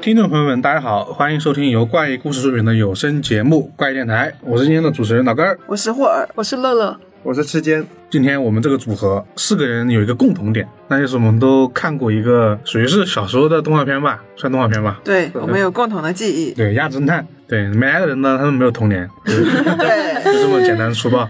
听众朋友们，大家好，欢迎收听由怪异故事出品的有声节目《怪异电台》，我是今天的主持人老根儿。我是霍尔，我是乐乐，我是吃尖，今天我们这个组合四个人有一个共同点，那就是我们都看过一个属于是小时候的动画片吧，算动画片吧。对我们有共同的记忆，对，鸭侦探，对没来的人呢，他们没有童年，对， 就这么简单粗暴。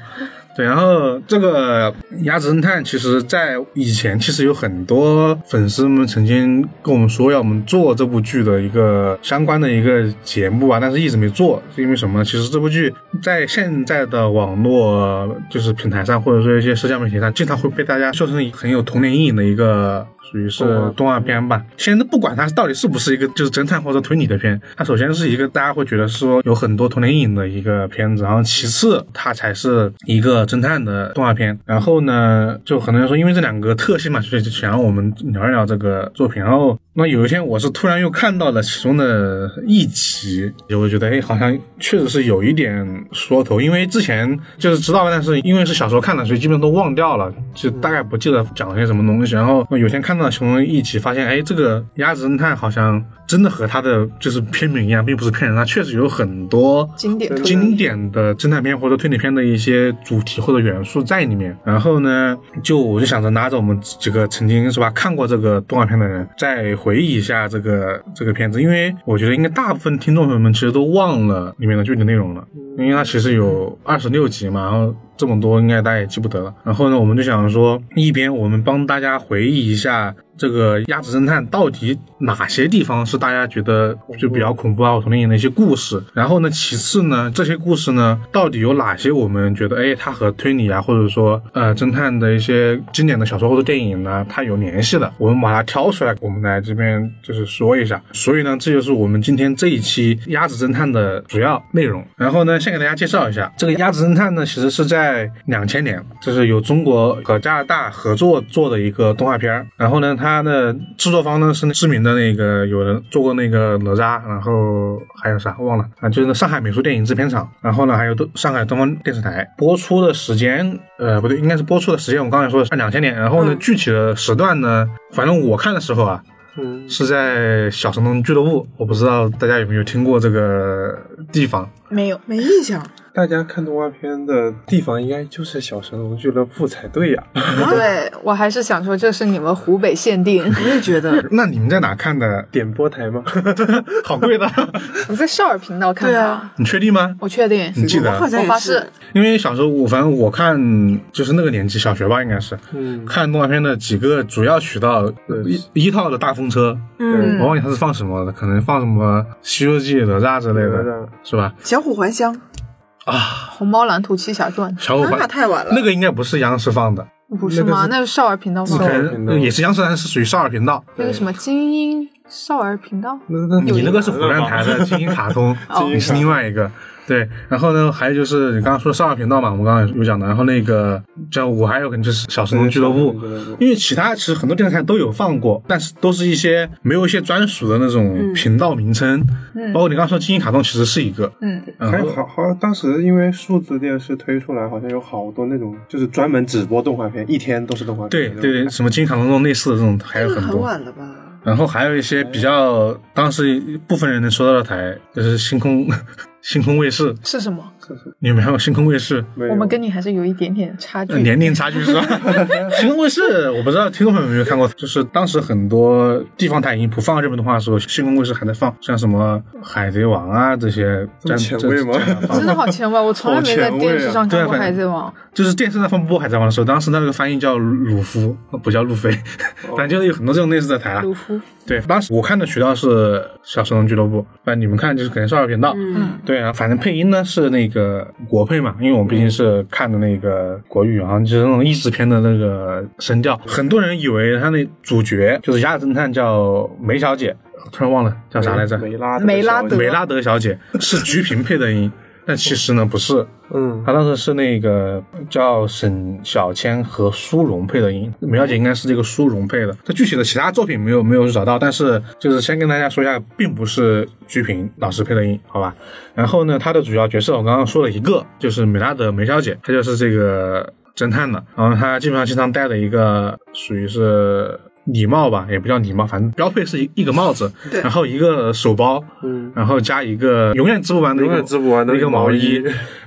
对，然后这个《鸭子侦探》，其实在以前其实有很多粉丝们曾经跟我们说要我们做这部剧的一个相关的一个节目啊，但是一直没做，是因为什么呢？其实这部剧在现在的网络就是平台上，或者说一些社交媒体上，经常会被大家说成很有童年阴影的一个。属于是动画片吧，现在不管它到底是不是一个就是侦探或者推理的片，它首先是一个大家会觉得说有很多童年阴影的一个片子，然后其次它才是一个侦探的动画片。然后呢，就很多人说因为这两个特性嘛，所以就想让我们聊一聊这个作品。然后那有一天我是突然又看到了其中的一集，我就觉得哎，好像确实是有一点说头，因为之前就是知道，但是因为是小时候看的，所以基本上都忘掉了，就大概不记得讲了些什么东西。然后有天看到其中一集，发现哎，这个鸭子侦探好像真的和他的就是片名一样，并不是骗人，他确实有很多经典对经典的侦探片或者推理片的一些主题或者元素在里面。然后呢，就我就想着拿着我们几个曾经是吧看过这个动画片的人，再回忆一下这个这个片子，因为我觉得应该大部分听众朋友们其实都忘了里面的具体内容了，因为它其实有二十六集嘛，然后。这么多应该大家也记不得了。然后呢，我们就想说，一边我们帮大家回忆一下这个《鸭子侦探》到底哪些地方是大家觉得就比较恐怖啊、或童年的一些故事。然后呢，其次呢，这些故事呢，到底有哪些我们觉得，哎，它和推理啊，或者说呃侦探的一些经典的小说或者电影呢，它有联系的，我们把它挑出来，我们来这边就是说一下。所以呢，这就是我们今天这一期《鸭子侦探》的主要内容。然后呢，先给大家介绍一下这个《鸭子侦探》呢，其实是在两千年，这是由中国和加拿大合作做的一个动画片儿。然后呢，它的制作方呢是知名的那个有人做过那个哪吒，然后还有啥忘了啊，就是那上海美术电影制片厂。然后呢，还有东上海东方电视台播出的时间，呃，不对，应该是播出的时间，我刚才说的是两千年。然后呢，嗯具体的时段呢，反正我看的时候啊，嗯，是在小神龙俱乐部，我不知道大家有没有听过这个地方。没有没印象，大家看动画片的地方应该就是小神龙俱乐部才对呀、 对，。我还是想说这是你们湖北 限定啊我也觉得，那你们在哪看的？点播台吗？好贵的，我在少儿频道看对的，啊， 你确定吗？我确定。你记得啊我好像我也发是誓，因为小时候我反正我看就是那个年纪，小学吧应该是嗯，看动画片的几个主要渠道，呃一一套的大风车，嗯，我忘记它是放什么的，可能放什么《西游记》哪吒之类哪的吒，是吧？小虎还乡，啊啊，红猫蓝兔七侠传小五环那太晚了，那个应该不是央视放的，不是吗？那是少儿频道可吗？少儿频道能也是央视，但是属于少儿频道。那个什么精英少儿频道，那那你那个是湖南台嗯的精英卡 通，哦你是另外一个。对，然后呢，还有就是你刚刚说少儿频道嘛，我们刚刚有讲的，然后那个叫我还有可能就是小神龙俱乐部对小神龙俱乐部，因为其他其实很多电视台都有放过，但是都是一些没有一些专属的那嗯种频道名称，包括你刚刚说精英卡通其实是一个，嗯，然还有后嗯好好，当时因为数字电视推出来，好像有好多那种就是专门只播动画片，一天都是动画片。对对对，，什么精英卡通这种类似的这种还有那个很很多，晚了吧？然后还有一些比较当时部分人能说到的台，就是星空 星空卫视，是什么？你有没有看过星空卫视？没有我们跟你还是有一点点差距。哦呃年龄差距是吧？ 新空卫视，我不知道听众朋友们有没有看过，就是当时很多地方台已经不放日本动画的时候，新空卫视还在放，像什么《海贼王》啊这些，这么前卫吗这这这真 的好前卫，我从来没在电视上看好前卫啊对过啊《海贼王》。就是电视上放播《海贼王》的时候，当时那个翻译叫鲁夫，不叫路飞，反正就是有很多这种类似的台啦。鲁夫，对，当时我看的渠道是小神龙俱乐部，那你们看就是可能少儿频道。嗯，对啊，反正配音呢是那个国配嘛，因为我们毕竟是看的那个国语，然后就是那种译制片的那个声调。很多人以为他那主角就是《鸭子侦探》叫梅小姐，突然忘了叫啥来着，梅拉梅拉德梅拉德小姐是菊萍配的音，但其实呢不是，嗯，她当时是那个叫沈小千和苏荣配的音，梅小姐应该是这个苏荣配的。这具体的其他作品没有没有找到，但是就是先跟大家说一下，并不是鞠萍老师配的音，好吧？然后呢，她的主要角色我刚刚说了一个，就是美拉德梅小姐，她就是这个侦探的，然后她基本上经常带着一个属于是。礼帽吧，也不叫礼帽，反正标配是一一个帽子，对然后一个手包，嗯，然后加一个嗯永远织不完的一永个远织不完的一个毛 衣，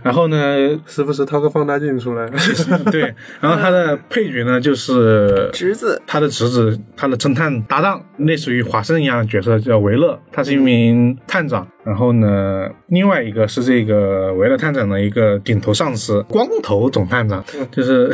然后呢，时不时掏个放大镜出来。 对，然后他的配角呢就是侄子，他的侄子，他的侦探搭档，类似于华生一样的角色叫维勒，他是一名探长。然后呢，另外一个是这个维勒探长的一个顶头上司，光头总探长，就是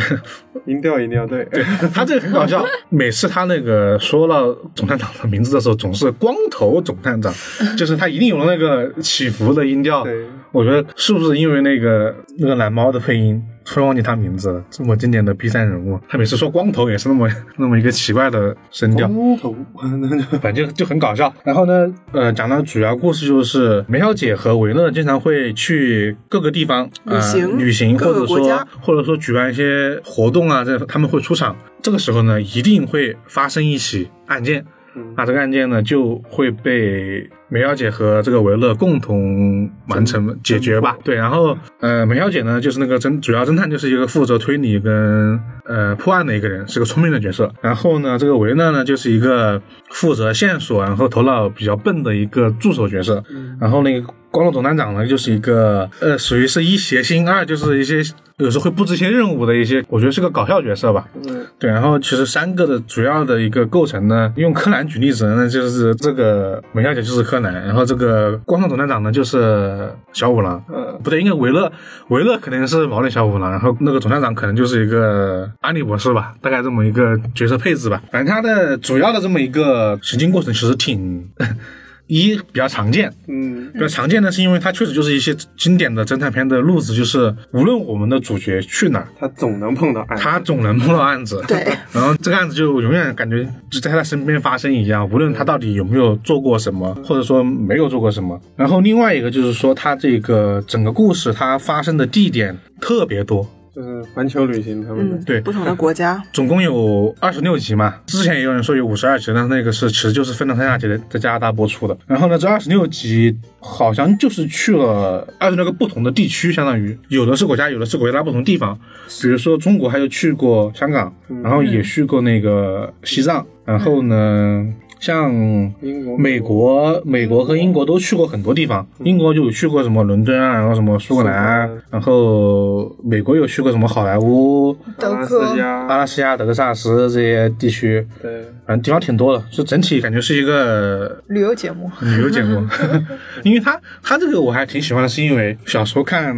音调音调对， 他这个很搞笑。每次他那个说到总探长的名字的时候，总是光头总探长，就是他一定有那个起伏的音调。对我觉得是不是因为那个那个蓝猫的配音，突然忘记他名字了，这么经典的 B 站人物，他每次说光头也是那么那么一个奇怪的声调。光头，那就 反正就就很搞笑。然后呢，呃，讲到主要故事就是梅小姐和维勒经常会去各个地方、呃、旅行旅行，各或个者国家说或者说举办一些活动啊，这他们会出场。这个时候呢，一定会发生一起案件。那这个案件呢，就会被梅小姐和这个维勒共同完成解决吧侦破。对，然后呃，梅小姐呢，就是那个侦主要侦探，就是一个负责推理跟呃破案的一个人，是个聪明的角色。然后呢，这个维勒呢，就是一个负责线索，然后头脑比较笨的一个助手角色。嗯然后那个光头总探长呢，就是一个呃，属于是一邪心，二就是一些有时候会布置一些任务的一些，我觉得是个搞笑角色吧。对，然后其实三个的主要的一个构成呢，用柯南举例子呢，就是这个梅小姐就是柯南，然后这个光头总探长呢就是小五郎，呃，不对，应该维勒，维勒肯定是毛利小五郎，然后那个总探长可能就是一个安利博士吧，大概这么一个角色配置吧。反正他的主要的这么一个行进过程其实挺。一比较常见，嗯，比较常见呢，是因为它确实就是一些经典的侦探片的路子，就是无论我们的主角去哪儿，他总能碰到哎爱，他总能碰到案子。对， 然后这个案子就永远感觉就在他身边发生一样，无论他到底有没有做过什么，或者说没有做过什么。然后另外一个就是说，他这个整个故事它发生的地点特别多，就是环球旅行他们嗯，的，对不同的国家，总共有二十六集嘛，之前也有人说有五十二集，但那个是其实就是分成上下集的，在加拿大播出的。然后呢，这二十六集好像就是去了二十六个不同的地区，相当于有的是国家，有的是国家不同地方。比如说中国，他就去过香港，嗯然后也去过那个西藏，然后呢，像英国、美国、美国和英国都去过很多地方，英国就有去过什么伦敦啊，然后什么苏格兰嗯苏格啊兰，然后美国有去过什么好莱坞、阿拉斯阿加，拉斯加、德克萨斯这些地区，对，反正地方挺多的，就整体感觉是一个旅游节目，旅游节目。 因为它它这个我还挺喜欢的，是因为小时候看，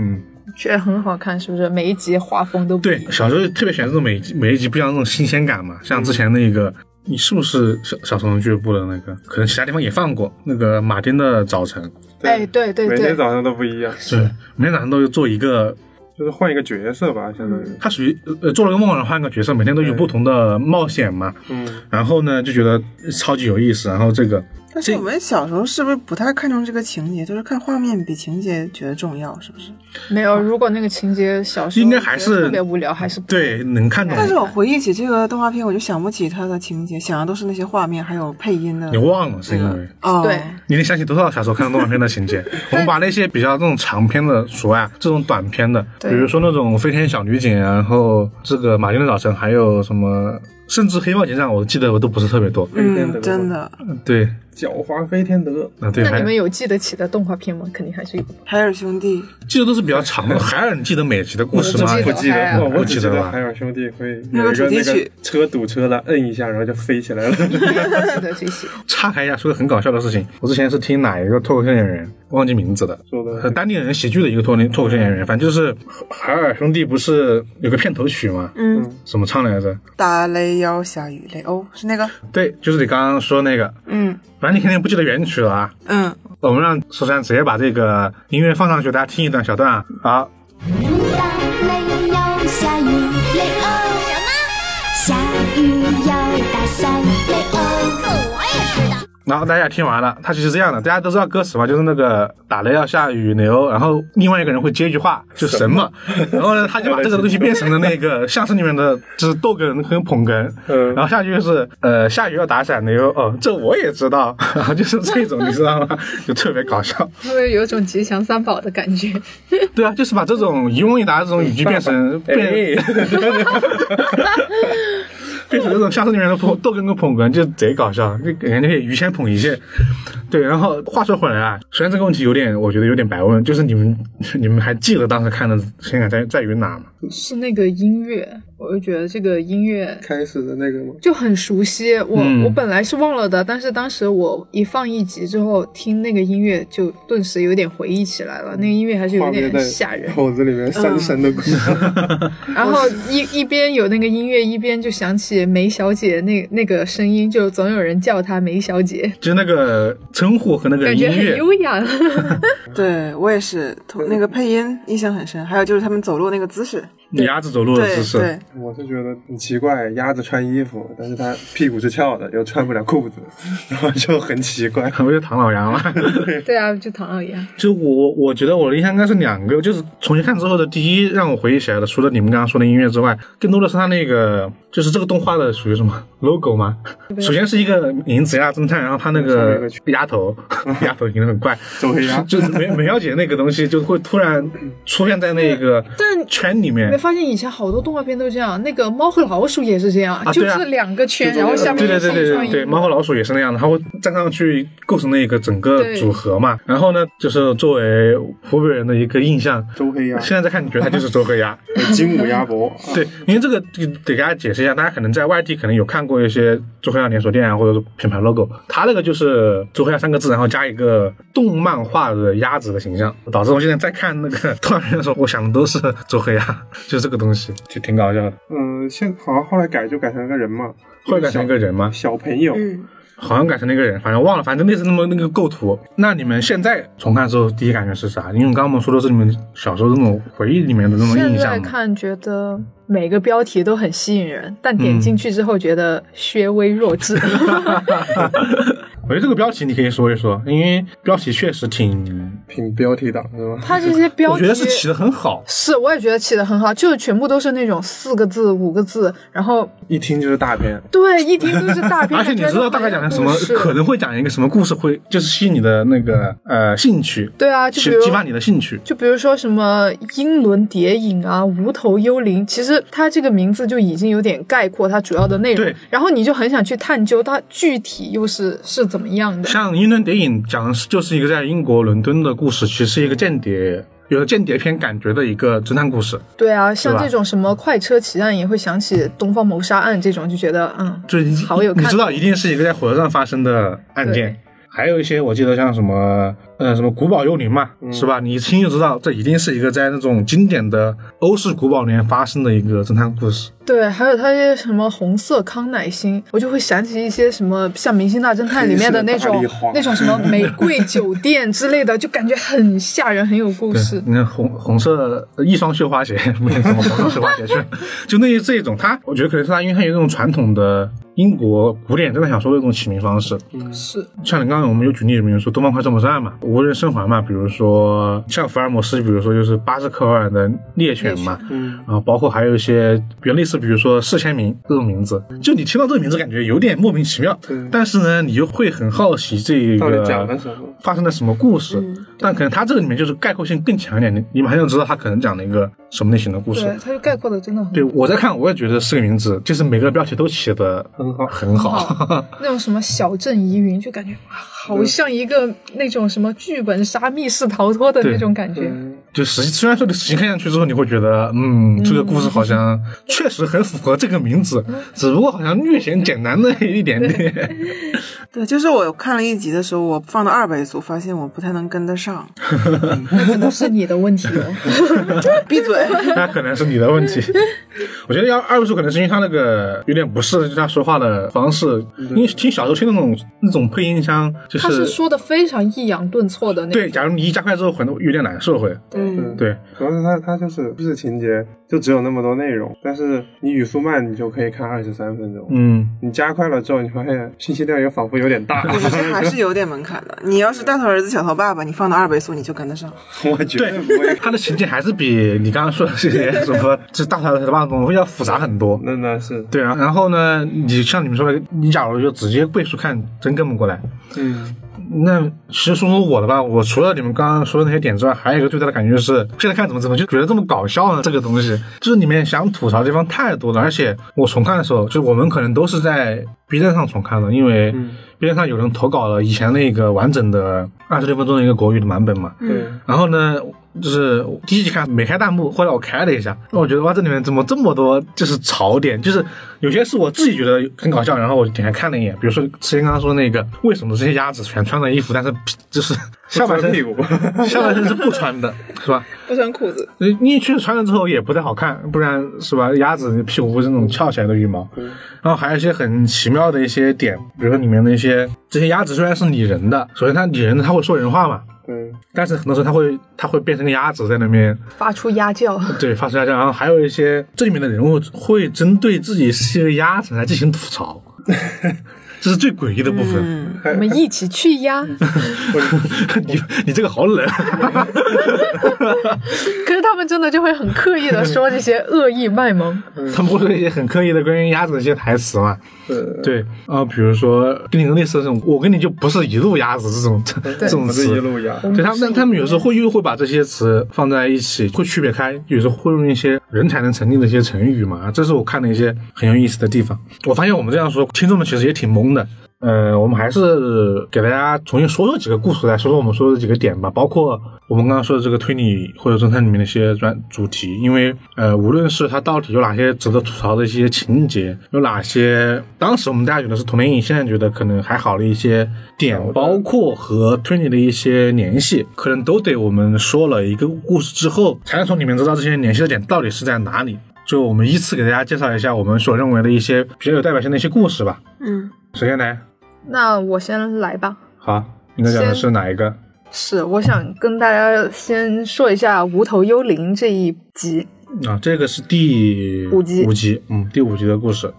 确实很好看，是不是？每一集画风都不一对样。小时候特别喜欢这种每每一集不一样的那种新鲜感嘛，像之前那个。你是不是小小虫俱乐部的那个？可能其他地方也放过那个马丁的早晨，哎，对对每天对，早上都不一样，是每天早上都有做一个，就是换一个角色吧，相当于，他属于呃呃做了个梦，然后换个角色，每天都有对不同的冒险嘛。嗯，然后呢，就觉得超级有意思。然后这个但是我们小时候是不是不太看重这个情节？就是看画面比情节觉得重要，是不是？没有。如果那个情节小时候应该还是觉得特别无聊，还是不对能看懂，但是我回忆起这个动画片，我就想不起它的情节，想的都是那些画面还有配音的你。忘了是因嗯为。哦，对，你能想起多少小时候看的动画片的情 节？我们把那些比较这种长篇的说呀，这种短篇的，比对如说那种《飞天小女警》，啊然后这个《马丁的早晨》，还有什么，甚至《黑豹警长》，我记得我都不是特别多。嗯，真的，对，狡猾飞天德，啊对，那还你们有记得起的动画片吗？肯定还是有。海尔兄弟，记得都是比较长的。海尔，你记得每集的故事吗？我不不记记得得哎，我我不记只记得得海啊了。尔兄弟会那个有一个主题那曲个车堵车了，摁一下，然后就飞起来了。记得这 些。岔开一下，说个很搞笑的事情。我之前是听哪一个脱口秀演员，忘记名字了。说的呃，当地人喜剧的一个脱脱口秀演员，反正就是海尔兄弟不是有个片头曲吗？嗯，怎么唱来着？打雷要下雨雷欧是那个，对，就是你刚刚说那个，嗯反正你肯定不记得原曲了啊。嗯，我们让苏珊直接把这个音乐放上去，大家听一段小段啊。好，打雷要下雨，雷哦欧什么？下雨要打伞，雷哦欧。我也知道。然后大家也听完了，它其实是这样的，大家都知道歌词嘛，就是那个打雷要啊下雨雷欧，然后另外一个人会接一句话，就什么， 然后呢，他就把这个东西变成了那个相声里面的就是逗哏和捧 哏，嗯然后下去就是呃下雨要打伞雷欧，哦，这我也知道， 然后就是这种，你知道吗？就特别搞笑。会不会有一种吉祥三宝的感觉？对啊，就是把 哎这种一问一答这种语句变成变哎，变成那种相声里面的捧逗哏跟捧哏，就贼搞笑，就感觉可以鱼线捧鱼线。对，然后话说回来啊，虽然这个问题有点，我觉得有点白问，就是你们 你们还记得当时看的情感在在于哪吗？是那个音乐，我就觉得这个音乐开始的那个吗？就很熟悉。我、嗯我本来是忘了的，但是当时我一放一集之后，听那个音乐就顿时有点回忆起来了。那个音乐还是画有面在点吓人。口子里面三声的故事，然后一一边有那个音乐，一边就想起梅小姐那那个声音，就总有人叫她梅小姐，就是那个称呼和那个感觉音很乐，优雅。 对我也是，同那个配音印象很深，还有就是他们走路那个姿势，鸭子走路的姿对势对， 我是觉得很奇怪，鸭子穿衣服，但是它屁股是翘的，又穿不了裤子， 然后就很奇怪。不就唐老鸭吗？对啊，就唐老鸭。就我我觉得我的印象应该是两个，就是重新看之后的第一让我回忆起来的，除了你们刚刚说的音乐之外，更多的是它那个就是这个动画的属于什么 logo 吗？首先是一个银子鸭侦探，然后它那上面有个个圈鸭 头，鸭头形得很怪，周黑鸭就是梅梅小姐那个东西就会突然出现在那个但圈里你没面。发现以前好多动画片都这样，那个猫和老鼠也是这样，啊就对啊是两个圈，就然后下对对面是对上对上对一对，猫和老鼠也是那样的，它会站上去构成那个整个对组合嘛。然后呢，就是作为湖北人的一个印象，周 黑鸭、现在再看，你觉得它就是周黑鸭。金母鸭 脖，啊对，因为这个得给大家解释一下，大家可能在外地可能有看过一些周黑鸭连锁店啊，或者是品牌 logo，它那个就是周黑鸭三个字，然后加一个动漫画的鸭子的形象，导致我现在在看那个动画片的时候，我想的都是周黑鸭，就这个东西，就挺搞笑的。嗯，现好像后来改就改成了个人嘛，后来改成一个人吗？小朋友，嗯，好像改成那个人，反正忘了，反正类似那么那个构图。那你们现在重看之后，第一感觉是啥？因为刚刚我们说的是你们小时候那种回忆里面的那种现印象在嘛。看觉得每个标题都很吸引人，但点嗯进去之后觉得略微弱智。 我觉得这个标题你可以说一说，因为标题确实挺挺标题党是吧？它这些标我题觉得是起的很好，是我也觉得起的很好，就是全部都是那种四个字、五个字，然后一听就是大片，对一听都是大 片，而且你知道大概讲的什么感觉都，很有故事可能会讲一个什么故事，会就是吸引你的那个呃兴趣，对啊，就激比如激发你的兴趣。就比如说什么英伦谍影啊、无头幽灵，其实它这个名字就已经有点概括它主要的内容对，然后你就很想去探究它具体又是是怎么样的。像《英伦谍影》讲的是就是一个在英国伦敦的故事，其实是一个间谍，有了间谍片感觉的一个侦探故事。对啊，像是吧这种什么快车奇案也会想起东方谋杀案这种，就觉得嗯，就你好有看你头知道一定是一个在火车上发生的案件对。还有一些我记得像什么，呃，什么古堡幽灵嘛，嗯是吧？你一听就知道这一定是一个在那种经典的欧式古堡里面发生的一个侦探故事。对，还有它一些什么红色康乃馨，我就会想起一些什么像《明星大侦探》里面的那种黑色大丽花那 种什么玫瑰酒店之类的，就感觉很吓人，很有故对事，。你看红红色呃一双绣花鞋， 没有什么红色绣花鞋去， 就那些这种，它我觉得可能是它，因为它有那种传统的英国古典侦探小说的一种起名方式。嗯是像你刚刚我们有举例，比如说《东方快车谋杀案》嘛，《无人生还》嘛，比如说像福尔摩斯，比如说就是巴斯克尔的《猎犬》嘛，嗯，啊，包括还有一些比较类似，比如说四千名这种名字，就你听到这个名字感觉有点莫名其妙对，但是呢，你又会很好奇这到底讲了个什么？发生了什么故事。嗯但可能它这个里面就是概括性更强一点，你你马上就知道它可能讲了一个什么类型的故对事，。它就概括的真的很对我在看，我也觉得四个名字就是每个标题都起的很好很好好。那种什么小镇疑云，就感觉哇好像一个那种什么剧本杀密室逃脱的那种感觉。嗯， 就实际虽然说你实际看下去之后，你会觉得，嗯，这个故事好像确实很符合这个名字，嗯只不过好像略显简单了一点 点。对，就是我看了一集的时候，我放到二倍速，发现我不太能跟得上，那可能是你的问题哦。闭嘴。那可能是你的问题。我觉得要二位数，可能是因为他那个有点不适，就他说话的方式。因为听小时候听那种那种配音腔，就嗯他是说的非常抑扬顿挫的那对，假如你一加快之后，可能有点难受会。嗯，对，主要是它它就是故事情节就只有那么多内容，但是你语速慢，你就可以看二十三分钟。嗯，你加快了之后，你发现信息量也仿佛有点大。我觉 得还是有点门槛的。你要是大头儿子小头爸爸，你放到二倍速你就跟得上。我绝对对不会， 他的情节还是比你刚刚说的这些什么，这大头的霸总会要复杂很多。 那那是，对啊，然后呢，你像你们说的，你假如就直接倍速看，真跟不过来。嗯，那其实说说我的吧，我除了你们刚刚说的那些点之外，还有一个最大的感觉就是，现在看怎么怎么就觉得这么搞笑呢？这个东西就是里面想吐槽的地方太多了，而且我重看的时候，就我们可能都是在 B 站上重看的，因为 B 站上有人投稿了以前那个完整的二十六分钟的一个国语的版本嘛，对，然后呢，就是第一集看没开弹幕，后来我开了一下，我觉得哇，这里面怎么这么多就是槽点？就是有些是我自己觉得很搞笑，然后我就点开看了一眼。比如说之前刚刚说那个，为什么这些鸭子全穿了衣服，但是就是下半身不穿屁股下半身是不穿的，是吧？不穿裤子，你你确实穿了之后也不太好看，不然是吧？鸭子屁股不是那种翘起来的羽毛，然后还有一些很奇妙的一些点，比如说里面的一些这些鸭子虽然是拟人的，首先它拟人的它会说人话嘛，对，但是很多时候它会它会变成个鸭子在那边发出鸭叫，对发出来这样，然后还有一些这里面的人物会针对自己是个鸭子来进行吐槽， 这是最诡异的部分。嗯，我们一起去鸭。 你你这个好冷，啊可是他们真的就会很刻意的说这些恶意卖萌，他们会说一些很刻意的关于鸭子的一些台词嘛。呃，对啊、比如说跟你类似的这种，我跟你就不是一路鸭子这种这这种我这词一。路压，对他们，但他们有时候会又会把这些词放在一起，会区别开，有时候会用一些人才能成立的一些成语嘛，啊这是我看的一些很有意思的地方。我发现我们这样说，听众们其实也挺懵的。呃，我们还是给大家重新说说几个故事，来说说我们说的几个点吧，包括我们刚刚说的这个推理或者侦探里面的一些专主题，因为呃，无论是它到底有哪些值得吐槽的一些情节，有哪些当时我们大家觉得是童年影，现在觉得可能还好的一些点，包括和推理的一些联系，可能都得我们说了一个故事之后，才能从里面知道这些联系的点到底是在哪里。就我们依次给大家介绍一下我们所认为的一些比较有代表性的一些故事吧。嗯，首先来，那我先来吧。好，你能讲的是哪一个？是，我想跟大家先说一下《无头幽灵》这一集。啊，这个是第五集五集，嗯，第五集的故事，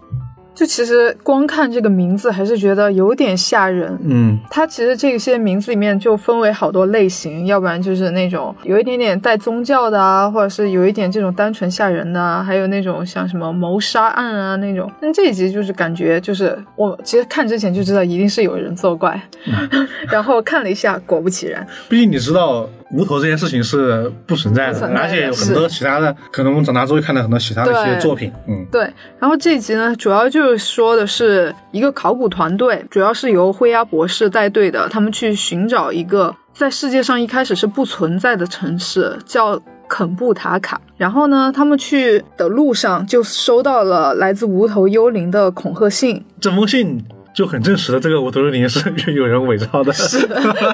就其实光看这个名字，还是觉得有点吓人。嗯，它其实这些名字里面就分为好多类型，要不然就是那种有一点点带宗教的啊，或者是有一点这种单纯吓人的啊，还有那种像什么谋杀案啊那种。但这一集就是感觉就是我其实看之前就知道一定是有人作怪， 然后看了一下，果不其然，毕竟你知道无头这件事情是不存在不的，存在的而且有很多其他的，可能我们长大之后会看到很多其他的一些对作品，嗯，对，然后这一集呢，主要就是说的是一个考古团队，主要是由灰鸦博士带队的，他们去寻找一个在世界上一开始是不存在的城市，叫肯布塔卡。然后呢，他们去的路上就收到了来自无头幽灵的恐吓信， 这封信就很证实了这个无头幽灵是 有人伪造的，是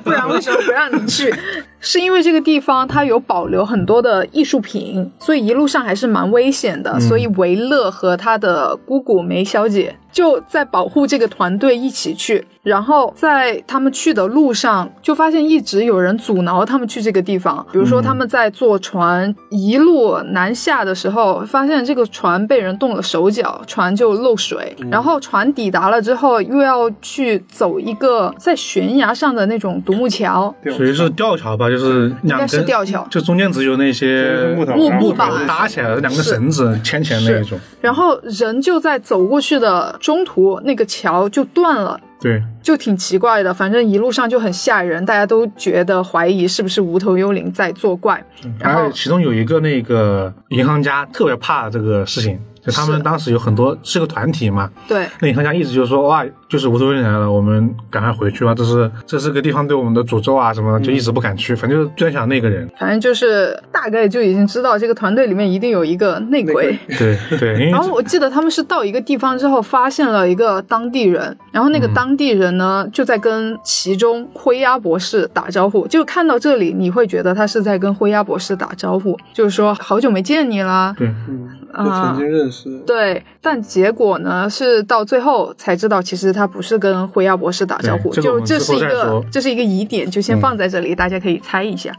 不然为什么不让你去？是因为这个地方它有保留很多的艺术品，所以一路上还是蛮危险的。所以维勒和他的姑姑梅小姐就在保护这个团队一起去。然后在他们去的路上，就发现一直有人阻挠他们去这个地方。比如说他们在坐船一路南下的时候，发现这个船被人动了手脚，船就漏水。然后船抵达了之后，又要去走一个在悬崖上的那种独木桥。属于是吊桥吧，就是两应该根是吊桥就中间只有那些是木头木木头板搭起来的两根是绳子牵起来那一种，然后人就在走过去的中途，那个桥就断了。对，就挺奇怪的，反正一路上就很吓人，大家都觉得怀疑是不是无头幽灵在作怪。嗯然而后哎且其中有一个那个银行家特别怕这个事情，就他们是当时有很多是个团体嘛，对，那银行家一直就说哇，就是无头幽灵来了，我们赶快回去吧，这是这是个地方对我们的诅咒啊什嗯么的，就一直不敢去，反正就是专想那个 人，反正就是大概就已经知道这个团队里面一定有一个内鬼。对对，因然为后我记得他们是到一个地方之后，发现了一个当地人，然后那个嗯当地人呢、就在跟其中灰鸦博士打招呼。就看到这里，你会觉得他是在跟灰鸦博士打招呼，就是说好久没见你啦，对嗯，就啊曾经认识，对，但结果呢是到最后才知道，其实他不是跟灰耀博士打招呼，对这个我就们这之是后一再个说这是一个疑点，就先放在这里，大家可以猜一下。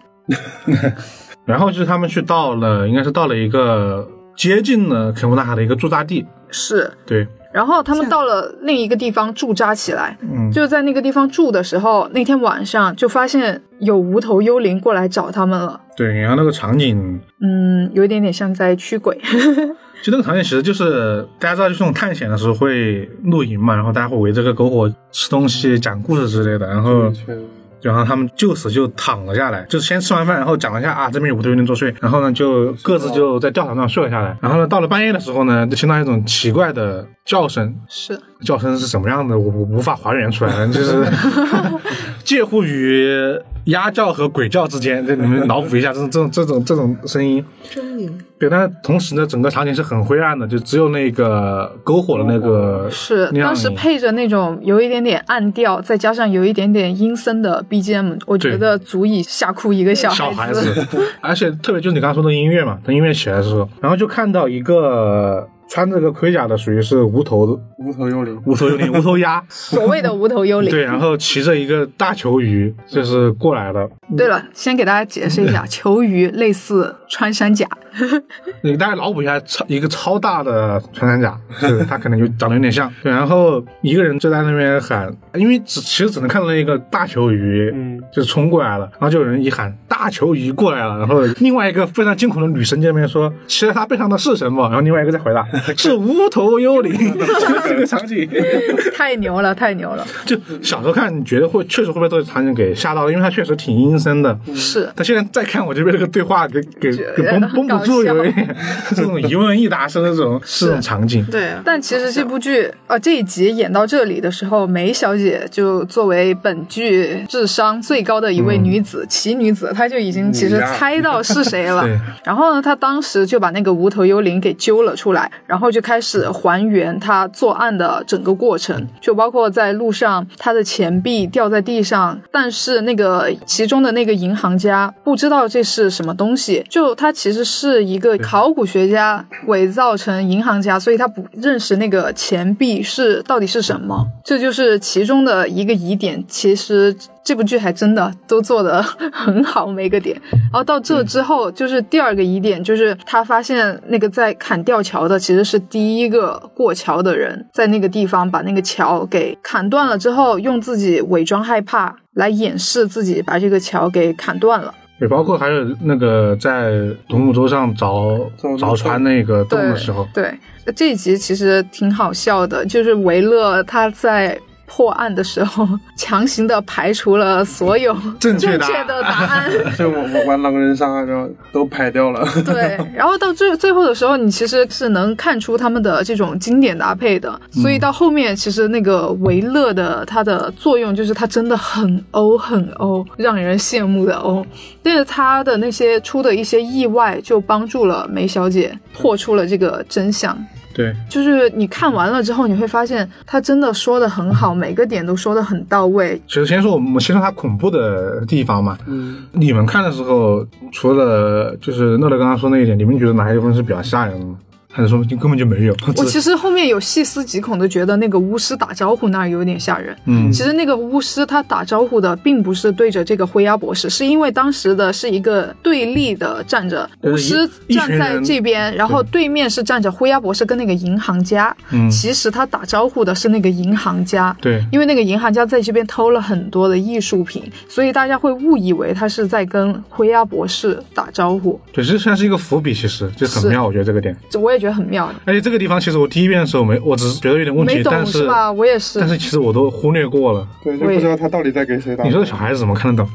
然后就是他们去到了，应该是到了一个接近了肯布纳卡的一个驻扎地，是，对，然后他们下到了另一个地方驻扎起来，嗯，就在那个地方住的时候，那天晚上就发现有无头幽灵过来找他们了。对，然后那个场景，嗯，有一点点像在驱鬼， 就那个场景其实就是大家知道，就是那种探险的时候会露营嘛，然后大家会围着个篝火吃东西、讲故事之类的，然后一圈然后他们就此就躺了下来，就是先吃完饭，然后讲了一下啊，这边有不对人作祟，然后呢就各自就在吊床上睡了下来。然后呢，到了半夜的时候呢，就听到一种奇怪的叫声，是叫声是什么样的，我我无法还原出来，就是介乎于鸭叫和鬼叫之间，这你们脑补一下这种这种这种这种声音。狰狞，对，但是同时呢，整个场景是很灰暗的，就只有那个篝火的那个是，亮当时影配着那种有一点点暗调，再加上有一点点阴森的 BGM，我觉对得足以吓哭一个小小孩孩 子，而且特别就是你刚刚说的音乐嘛，等音乐起来的时候，然后就看到一个穿着个盔甲的，属于是无头的无头幽灵，无头幽灵无头鸭，所谓的无头幽灵。对，然后骑着一个大球鱼，就是过来的。对了，先给大家解释一嗯下，球鱼类似穿山甲，你大概脑补一下，超一个超大的穿山甲，是它可能有长得有点像。对，然后一个人就在那边喊，因为只其实只能看到一个大球鱼，嗯，就冲过来了，然后就有人一喊大球鱼过来了，然后另外一个非常惊恐的女生在那边说骑在他背上的是什么，然后另外一个在 回答是无头幽灵， 就是这个场景。太牛了，太牛了， 就小时候看，你觉得会确实会被这个场景给吓到了，因为它确实挺阴森的。是但现在再看，我就被这个对话给给觉得给绷绷不住，搞笑有一点 这种一问一答式的这种这种场景。对啊，但其实这部剧呃这一集演到这里的时候，梅小姐就作为本剧智商最高的一位女子，奇女子，她就已经其实嗯嗯呀猜到是谁了 对。然后呢，她当时就把那个无头幽灵给揪了出来，然后就开始还原她作案的整个过程，就包括在路上她的钱币掉在地上，但是那个其中的那个银行家不知道这是什么东西，就他其实是一个考古学家伪造成银行家，所以他不认识那个钱币是到底是什么，这就是其中的一个疑点。其实这部剧还真的都做得 很好，每个点。然后到这之后，就是第二个疑点，就是他发现那个在砍吊桥的其实是第一个过桥的人，在那个地方把那个桥给砍断了之后，用自己伪装害怕来掩饰自己把这个桥给砍断了。也包括还有那个在独木舟上凿凿凿穿那个洞的时候，对，这一集其实挺好笑的，就是维勒他在。破案的时候， 强行的排除了所有正确答案的答 案，所以我我玩狼人杀，然后都排掉了。对，然后到最最后的时候，你其实是能看出他们的这种经典搭配的，所以到后面其实那个维勒的它的作用就是它真的很欧很欧，让人羡慕的欧。但是他的那些出的一些意外，就帮助了梅小姐破出了这个真相。对，就是你看完了之后，你会发现他真的说的很好，每个点都说的很到位。其实先说我们先说它恐怖的地方嘛，嗯，你们看的时候，除了就是乐乐刚刚说那一点，你们觉得哪一部分是比较吓人的吗？还是说就根本就没有？我只其实后面有细思极恐的觉得那个巫师打招呼那儿有点吓人。嗯其实那个巫师他打招呼的并不是对着这个灰鸦博士，是因为当时的是一个对立的站着，就是巫一师呃一群站在人这边，然后对面是站着灰鸦博士跟那个银行家。嗯其实他打招呼的是那个银行家。对因为那个银行家在这边偷了很多的艺术品，所以大家会误以为他是在跟灰鸦博士打招呼。对，这算是一个伏笔，其实就很是妙，我觉得这个点。这我也觉得很妙，而且这个地方其实我第一遍的时候没，我只是觉得有点问题，没懂但是吧？我也是但。是其实我都忽略过了。对，就不知道他到底在给谁打。你说小孩子怎么看得懂？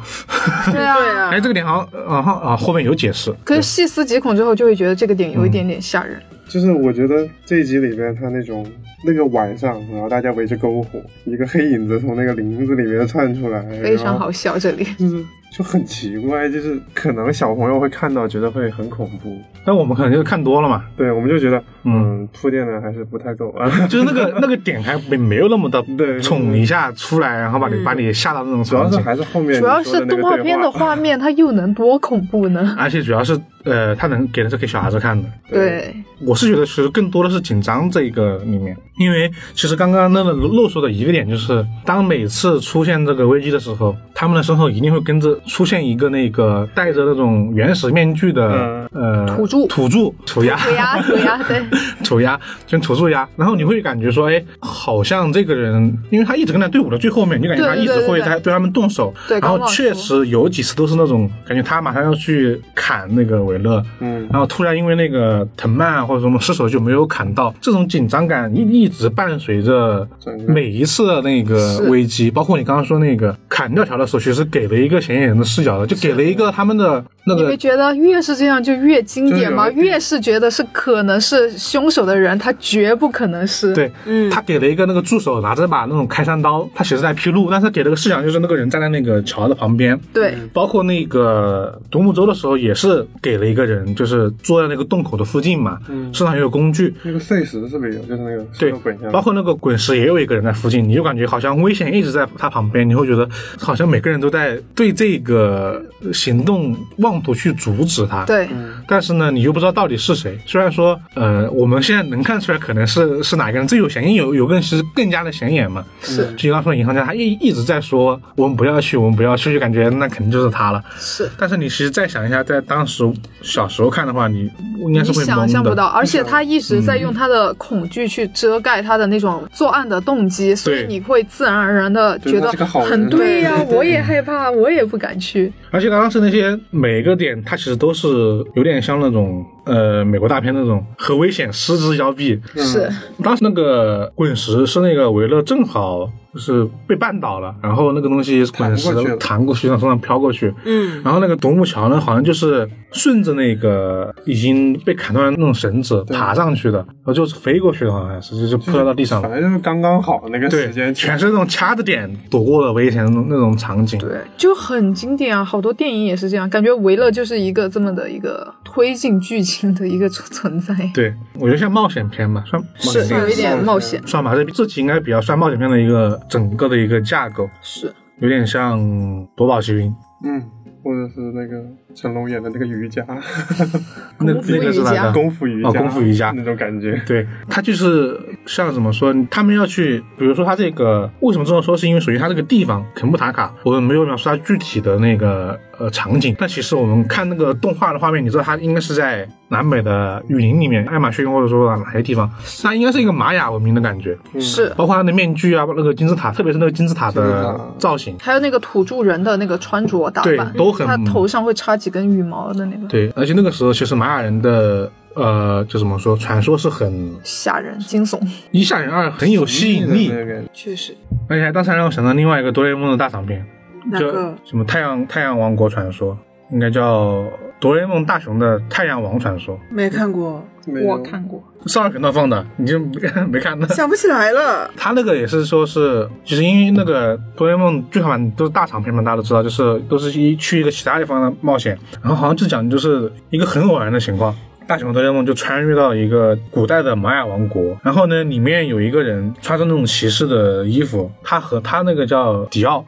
对啊，对啊哎，这个点好像啊哈啊后面有解释。可是细思极恐之后，就会觉得这个点有一点嗯点吓人。就是我觉得这一集里边，他那种那个晚上，然后大家围着篝火，一个黑影子从那个林子里面窜出来，非常好然后笑，这里。就是就很奇怪，就是可能小朋友会看到，觉得会很恐怖。但我们可能就看多了嘛，对，我们就觉得，嗯嗯，铺垫的还是不太够啊。 就是那 个那个点还没没有那么的对冲一下出来，然后把你把你吓到那种主要场是景。还是后面主要你说是的那动个画对片的画面，它又能多恐怖呢？而且主要是呃，他能给的是给小孩子看的。对，我是觉得其实更多的是紧张这一个里面，因为其实刚刚那个露露说的一个点就是，当每次出现这个危机的时候，他们的身后一定会跟着出现一个那个戴着那种原始面具的、呃土著土著土鸭土 鸭，土鸭，对， 丑鸭，跟土著鸭，然后你会感觉说，哎，好像这个人，因为他一直跟在队伍的最后面，你感觉他一直对对对会对在对他们动手，对然后刚忘确说实有几次都是那种感觉他马上要去砍那个韦勒，嗯然后突然因为那个藤蔓啊或者什么失手就没有砍到，这种紧张感一一直伴随着整个每一次的那个是危机，包括你刚刚说那个砍吊桥的时候，其实给了一个嫌疑人的视角的，就给了一个他们的那你个们觉得越是这样就越经典吗？就是有越是觉得是可能是凶手的人，他绝不可能是。对，嗯他给了一个那个助手拿着把那种开山刀，他其实在披露，但是他给了个视角，就是那个人站在那个桥的旁边。对嗯包括那个独木舟的时候，也是给了一个人，就是坐在那个洞口的附近嘛，身上也有工具，那个碎石是不是有？就是那个对石头滚下，来包括那个滚石也有一个人在附近，你就感觉好像危险一直在他旁边，你会觉得好像每个人都在对这个行动妄图去阻止他。对，嗯但是呢，你又不知道到底是谁。虽然说，呃，我们现在能看出来可能是是哪一个人最有嫌疑，有有个人其实更加的显眼嘛。是就刚刚说银行家，他一一直在说我们不要去，我们不要去，就感觉那肯定就是他了。是。但是你其实再想一下，在当时小时候看的话，你应该是你会想象懵不到，的。而且他一直嗯在用他的恐惧去遮盖他的那种作案的动机，所以你会自然而然的觉对得他是个好人很对呀、对对对我也害怕，我也不敢去。而且当时那些每个点，它其实都是有点像那种呃美国大片那种和危险失之交臂，嗯是当时那个滚石是那个维勒正好就是被绊倒了，然后那个东西滚石弹过去了弹过去，从身上飘过去。嗯，然后那个独木桥呢，好像就是顺着那个已经被砍断的那种绳子爬上去的，然后就是飞过去的，好像是就是扑到到地上反了。正就是刚刚好那个对时，间，全是那种掐着点躲过了危险的那种那种场景。对，就很经典啊，好多电影也是这样，感觉维勒就是一个这么的一个推进剧情的一个存在，对，我觉得像冒险片嘛，算是有一点冒险，算吧，这这集应该比较算冒险片的一个整个的一个架构，是有点像《夺宝奇兵》。嗯，或者是那个成龙演的那个瑜伽， 那功夫那个是瑜哪伽个？功夫瑜伽，嗯哦功夫瑜伽那种感觉。对他就是像怎么说，他们要去，比如说他这个为什么这么说，是因为首先他这个地方肯布塔卡，我们没有描述它具体的那个呃场景，但其实我们看那个动画的画面，你知道它应该是在南美的雨林里面，亚马逊或者说哪些地方，它应该是一个玛雅文明的感觉，是。包括它的面具啊，那个金字塔，特别是那个金字塔嗯金字塔的造型。还有那个土著人的那个穿着打扮，对都很嗯他头上会插几根羽毛的那个，对，而且那个时候其实玛雅人的呃，就怎么说，传说是很吓人惊悚，一吓人二很有吸引力那，个感觉确实而且当时还让我想到另外一个哆啦 A 梦的大长篇，那就个什么太阳太阳王国传说，应该叫哆啦 A 梦大雄的太阳王传说，没看过，没有我看过，少儿频道放的，你就没没看到。想不起来了。他那个也是说是，就是因为那个哆啦 A 梦最好玩都是大长篇嘛，大家都知道，就是都是一去一个其他地方的冒险，然后好像就讲就是一个很偶然的情况。大雄和哆啦 A 梦就穿越到一个古代的玛雅王国，然后呢，里面有一个人穿着那种骑士的衣服，他和他那个叫迪 奥，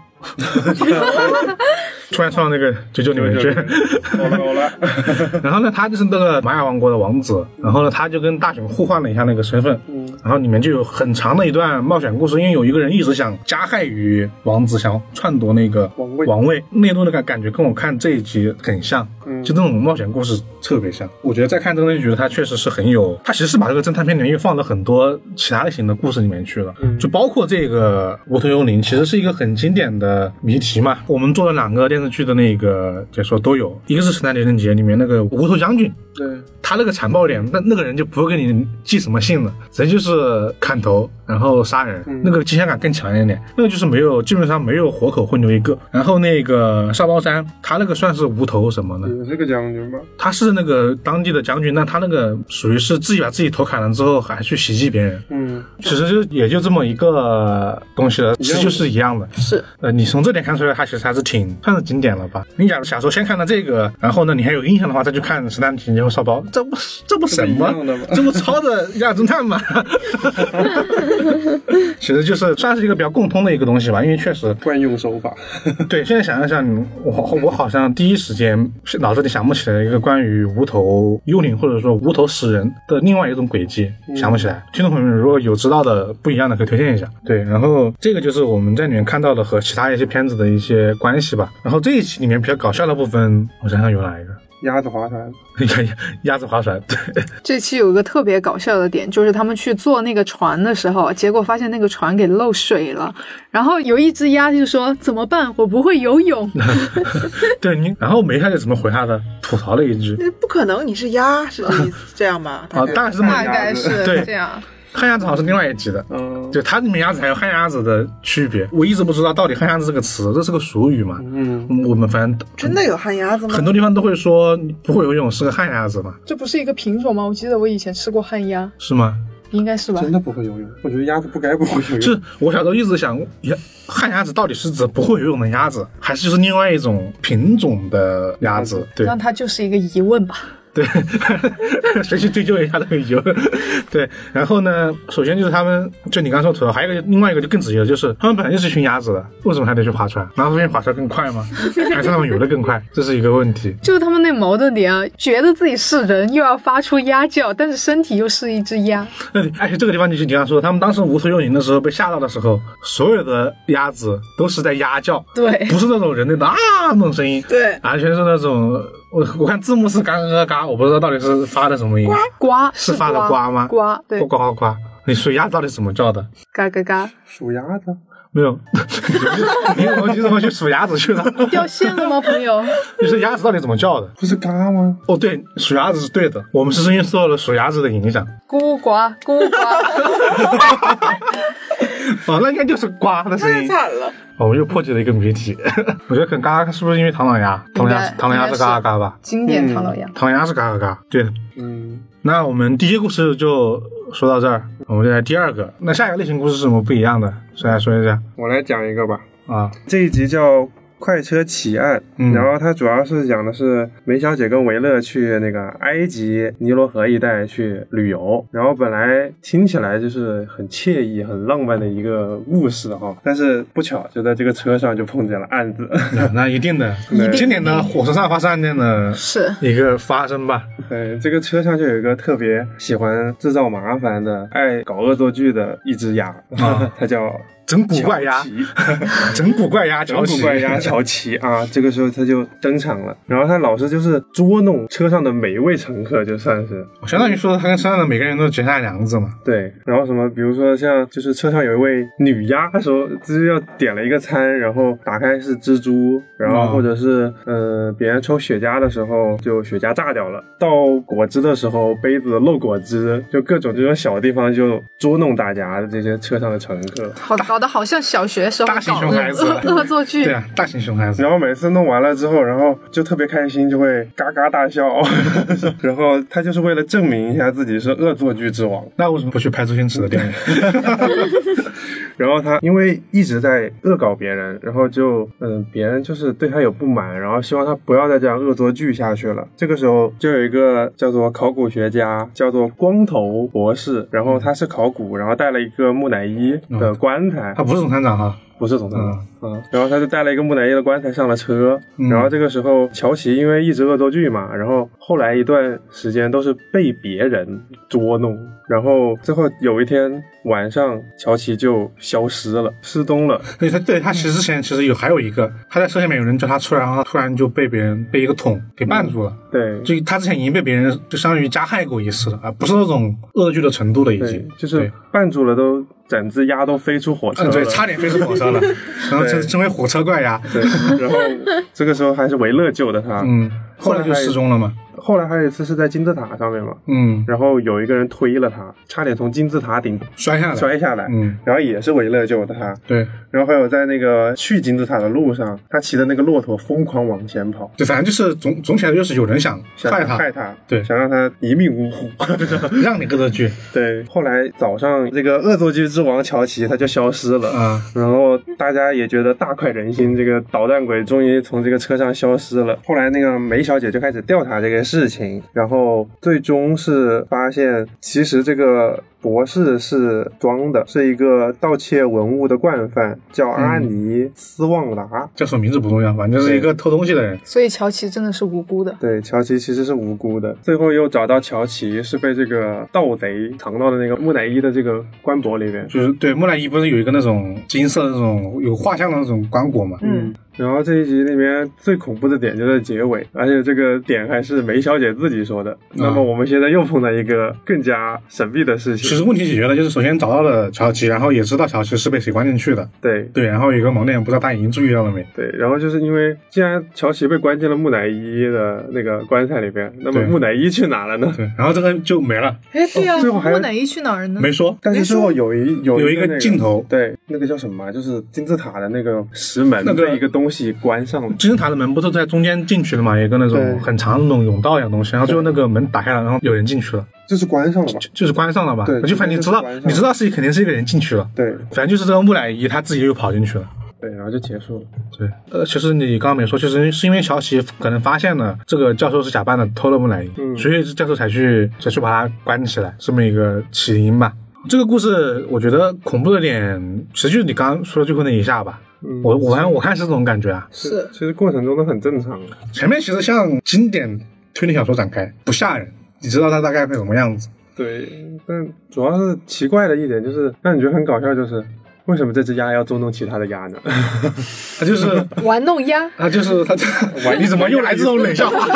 突然窜到那个九九里面去，好了好了， 然后呢，他就是那个玛雅王国的王子，然后呢，他就跟大雄互换了一下那个身份，嗯然后里面就有很长的一段冒险故事，因为有一个人一直想加害于王子，想要篡夺那个王位王位，内陆的感感觉跟我看这一集很像，嗯就那种冒险故事特别像。我觉得在看这个东西，觉得它确实是很有，它其实是把这个侦探片里面又放到很多其他类型的故事里面去了，就包括这个无头幽灵，其实是一个很经典的谜题嘛。我们做了两个电视剧的那个解说都有，一个是《神探狄仁杰》里面那个无头将军，对，他那个残暴脸，那那个人就不会给你寄什么信了，直接就是砍头，然后杀人，那个惊吓感更强一点。那个就是没有，基本上没有活口混留一个。然后那个沙包山，他那个算是无头什么呢？也是个将军吧？他是那个当地的将军，那他那个属于是自己把自己头砍了之后，还去袭击别人。嗯，其实就也就这么一个东西了，其实就是一样的。是呃，你从这点看出来，它其实还是挺算是经典了吧？你假如小时候先看到这个，然后呢，你还有印象的话，再去看《神探狄仁杰》会烧包，这不这不什么这不一样的吗？这不抄的《亚侦探》吗？ 其实就是算是一个比较共通的一个东西吧，因为确实惯用手法，对，现在想一想，我我好像第一时间是脑子里想不起来一个关于无头幽灵或者说无头死人的另外一种轨迹，想不起来。听众朋友们如果有知道的不一样的，可以推荐一下。对，然后这个就是我们在里面看到的和其他一些片子的一些关系吧。然后这一期里面比较搞笑的部分，我想想有哪一个？ 鸭子划船，鸭鸭子划船， 对，这期有一个特别搞笑的点，就是他们去坐那个船的时候，结果发现那个船给漏水了，然后有一只鸭就说：“怎么办？我不会游泳。对你，然后梅小姐怎么回他的？吐槽了一句，那不可能，你是鸭是这意思这样吧？啊，大大概概 是”这么大概是对这样。旱鸭子好像是另外一集的，嗯就它里面鸭子还有旱鸭子的区别，我一直不知道到底旱鸭子这个词，这是个俗语嘛？嗯，嗯我们反正真的有旱鸭子吗很？多地方都会说你不会游泳是个旱鸭子嘛，这不是一个品种吗？我记得我以前吃过旱鸭，是吗？应该是吧？真的不会游泳，我觉得鸭子不该不会就游泳，是我小时候一直想，鸭旱鸭子到底是指不会游泳的鸭子，还是就是另外一种品种的鸭子？对那它就是一个疑问吧。对， 谁去追究一下这个疑问？ 对，然后呢，首先就是他们，就你刚说吐槽，还有一个另外一个就更直接的，就是他们本来就是一群鸭子的，为什么还得去划船？难道是因为划船更快吗？ 还是他们游得更快？这是一个问题。就是他们那矛盾点啊，觉得自己是人，又要发出鸭叫，但是身体又是一只鸭。那你而且这个地方，你就你刚说，他们当时无头幽灵的时候被吓到的时候，所有的鸭子都是在鸭叫， 对，不是那种人类的啊那种声音，对，完全是那种我我看字幕是嘎嘎嘎，我不知道到底是发的什么音，呱是发的呱吗？呱，对呱，呱呱呱。你水鸭到底怎么叫的？嘎嘎嘎，属鸭子，没有， 你怎么你怎么去数鸭子去了？掉线了吗，朋友？你说鸭子到底怎么叫的？不是嘎吗？哦，对，数鸭子是对的，我们是因为受到了数鸭子的影响。咕呱咕呱，哦，那应该就是呱的声太音。惨了，哦，我又破解了一个谜题。我觉得可能嘎嘎是不是因为唐老鸭？唐老鸭，唐老鸭是嘎嘎嘎吧？经典唐老鸭。唐老鸭是嘎嘎嘎。对，嗯，那我们第一个故事就说到这儿，我们就来第二个。那下一个类型故事是什么不一样的？谁来说一下我来讲一个吧，啊？这一集叫《快车奇案》，嗯然后它主要是讲的是梅小姐跟维勒去那个埃及尼罗河一带去旅游，然后本来听起来就是很惬意、很浪漫的一个故事哈、但是不巧就在这个车上就碰见了案子， 那那一定的，定经典的火车上发生案件的是一个发生吧。对，哎这个车上就有一个特别喜欢制造麻烦的、爱搞恶作剧的一只鸭，啊 它叫整蛊怪鸭乔， 奇整蛊怪鸭，整整蛊怪鸭 乔奇啊，这个时候他就登场了。然后他老是就是捉弄车上的每一位乘客，就算是相当于说他跟身上的每个人都结下梁子嘛。对。然后什么，比如说像就是车上有一位女鸭，她说就是要点了一个餐，然后打开是蜘蛛，然啊后或者是呃别人抽雪茄的时候就雪茄炸掉了，倒果汁的时候杯子漏果汁，就各种这种小地方就捉弄大家这些车上的乘客。好搞得好像小学时候大型搞熊孩的子 恶作嗯剧对。啊，大型熊孩子然后每次弄完了之后，然后就特别开心，就会嘎嘎大笑。 然后他就是为了证明一下自己是恶作剧之王。那为什么不去拍周星驰的 电影？然后他因为一直在恶搞别人，然后就嗯，别人就是对他有不满，然后希望他不要再这样恶作剧下去了。这个时候就有一个叫做考古学家，叫做光头博士，然后他是考古，然后带了一个木乃伊的棺材，啊他不是总参长哈，嗯不是总参长，嗯，然后他就带了一个木乃伊的棺材上了车，嗯然后这个时候乔奇因为一直恶作剧嘛，然后后来一段时间都是被别人捉弄，然后最后有一天晚上乔奇就消失了，失踪 了，对他对他其实之前其实有还有一个，他在车下面有人叫他出来，然后他突然就被别人被一个桶给绊住了。对。就他之前已经被别人就相当于加害过一次了啊，不是那种恶作剧的程度了，已对经，就是对绊住了都，整只鸭都飞出火车嗯了。对， 差点飞出火车了，然后成对成为火车怪鸭，对。然后这个时候还是维勒救的他。嗯，后来就失踪了嘛，后来还有一次是在金字塔上面嘛，嗯，然后有一个人推了他，差点从金字塔顶摔下来，摔下来。嗯，然后也是维勒救的他，对，然后还有在那个去金字塔的路上，他骑的那个骆驼疯狂往前跑，就反正就是总总体来说就是有人想想害他，害他，对想让他一命呜呼。 让你恶作剧，对，后来早上这个恶作剧之王乔奇他就消失了。啊、然后大家也觉得大快人心，这个捣蛋鬼终于从这个车上消失了。后来那个梅小姐就开始调查这个事情，然后最终是发现，其实这个博士是装的，是一个盗窃文物的惯犯，叫阿尼斯旺达。叫什么名字不重要，反正就是一个偷东西的人。所以乔奇真的是无辜哦的。对，乔奇其实是无辜的。最后又找到乔奇是被这个盗贼藏到的那个木乃伊的这个棺椁里面。就是对木乃伊不是有一个那种金色的那种有画像的那种棺椁嘛？嗯，然后这一集里面最恐怖的点就在结尾，而且这个点还是梅小姐自己说的。那啊么我们现在又碰到一个更加神秘的事其情，实问题解决了，就是首先找到了乔奇，然后也知道乔奇是被谁关进去的。对对，然后有一个盲点，不知道大家已经注意到了没？对，然后就是因为既然乔奇被关进了木乃伊的那个棺材里边，那么对木乃伊去哪了呢？对，然后这个就没了，哎，对呀、哦最后还木乃伊去哪儿呢？没说。 但是最后有一有有一一个那镜头对，那个叫什么啊？就是金字塔的那个石门那个被一个东西关上了。金字塔的门不是在中间进去的嘛，有一个那对种很长的那种甬道一样东西，然后最后那个门打开了，然后有人进去了，就是关上了吧？就是关上了吧？对就反正你知道就是关，上你知道是肯定是一个人进去了， 对反正就是这个木乃伊他自己又跑进去了。对，然后就结束了。对，呃，其实你刚刚没说，其实是因为乔奇可能发现了这个教授是假扮的偷了木乃伊，嗯所以教授才去才去把他关起来，这么一个起因吧。这个故事我觉得恐怖的点，其实就是你刚刚说的最后那一下吧。嗯我我反正我看是这种感觉啊。是其实过程中都很正常。啊前面其实像经典推理小说展开，不吓人，你知道它大概会什么样子。对，但主要是奇怪的一点就是，让你觉得很搞笑，就是为什么这只鸭要捉弄其他的鸭呢？它就是玩弄鸭 ，它啊就是它，你怎 么又来这种冷笑话？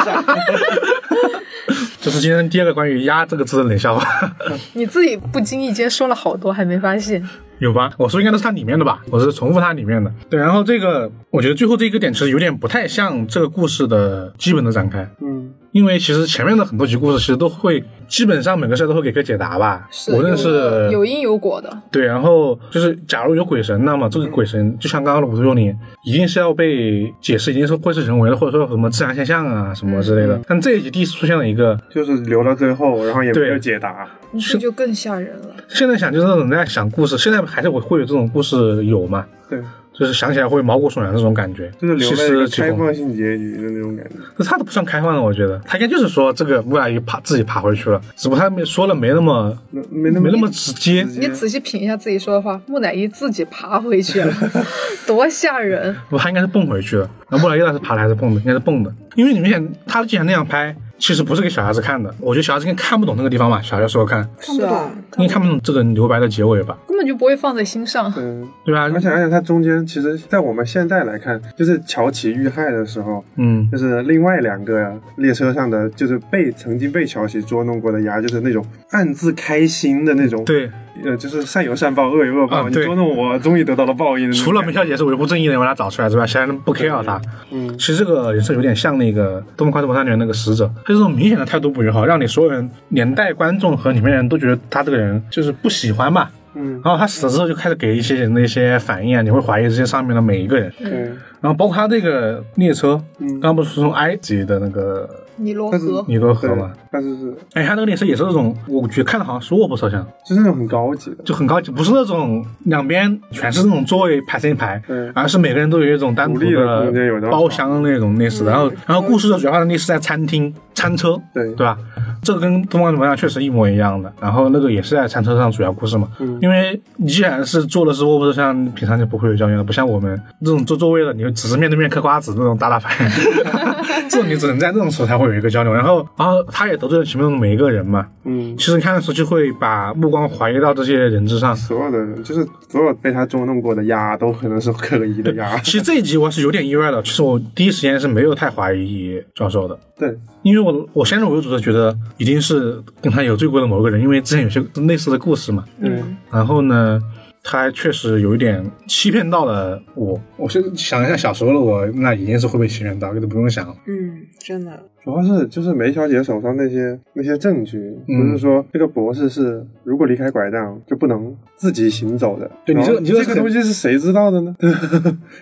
这是今天第二个关于“鸭”这个字的冷笑话。 你自己不经意间说了好多，还没发现。有吧？我说应该都是它里面的吧，我是重复它里面的。对，然后这个我觉得最后这一个点其实有点不太像这个故事的基本的展开，嗯，因为其实前面的很多集故事其实都会基本上每个事都会给个解答吧，是无论有是有因有果的，对，然后就是假如有鬼神，那么这个鬼神就像刚刚的五十六零，一定是要被解释，一定是会是人为的，或者说有什么自然现象啊什么之类的。嗯但这一集第一次出现了一个 就是留到最后，然后也没有对解答。这就更吓人了。现在想就是那种在想故事，现在还是会会有这种故事有嘛？对，就是想起来会毛骨悚然的那种感觉，就是留其了一实个其开实放性结局的那种感觉。那他都不算开放了，我觉得他应该就是说这个木乃伊爬自己爬回去了，只不过他没说了没那么没 没那么没那么直接，你仔细品一下自己说的话，木乃伊自己爬回去 了，多吓人！不，他应该是蹦回去了。那木乃伊到底是爬的还是蹦的？应该是蹦的，因为你们想，他既然那样拍，其实不是给小孩子看的。我觉得小孩子应该看不懂那个地方嘛，小学时候看，看不是懂啊。应该看不懂这个留白的结尾吧，根本就不会放在心上。嗯，对吧？而且而且它中间其实，在我们现在来看，就是乔奇遇害的时候，嗯，就是另外两个列车上的，就是被曾经被乔奇捉弄过的鸭，就是那种暗自开心的那种，，对，呃，就是善有善报，恶有恶报，啊你对捉弄我，终于得到了报应的那种除了感梅觉小姐是维护正义的人，把她找出来之外，其他人不 care 她。嗯其实这个人设有点像那个《东方快车谋杀员》那个使者，他这种明显的态度不友好，让你所有人连带观众和里面人都觉得他这个人就是不喜欢吧。嗯，然后他死了之后就开始给一些人的一些反应啊，你会怀疑这些上面的每一个人。对，然后包括他那个列车，嗯刚刚不是从埃及的那个尼罗但是河，尼罗河对嘛？，但是是哎，他那个列车也是那种，我觉得看的好像是卧铺车厢，就是那种很高级的，就很高级，不是那种两边全是那种座位排成一排对，而是每个人都有一种单独嗯独立的空间有张包厢那种类似的。然后，然后故事的主要发生地是在餐厅餐车，嗯对对吧？这个跟《东方怎么样》确实一模一样的。然后那个也是在餐车上主要故事嘛，嗯因为你既然是坐的是卧铺车厢，平常就不会有交流了，不像我们这种坐座位的，你就只是面对面嗑瓜子那种打打 牌，这种你只能在那种时候才会有一个交流。然后，然后他也得罪了前面的每一个人嘛。嗯其，实你看的时候就会把目光怀疑到这些人之上，所有的人，就是所有被他捉弄过的鸭，都可能是可疑的鸭，其实这一集我还是有点意外的，其实我第一时间是没有太怀疑教授的， 对，因为我我先入为主的觉得一定是跟他有罪过的某个人，因为之前有些类似的故事嘛。嗯，然后呢，他确实有一点欺骗到了我。我现在想一下小时候的我，那一定是会被欺骗到，这都不用想了。嗯，真的，主要是就是梅小姐手上那些那些证据，嗯不是说这个博士是如果离开拐杖就不能自己行走的。对你这然后你这这个个东西是谁知道的呢？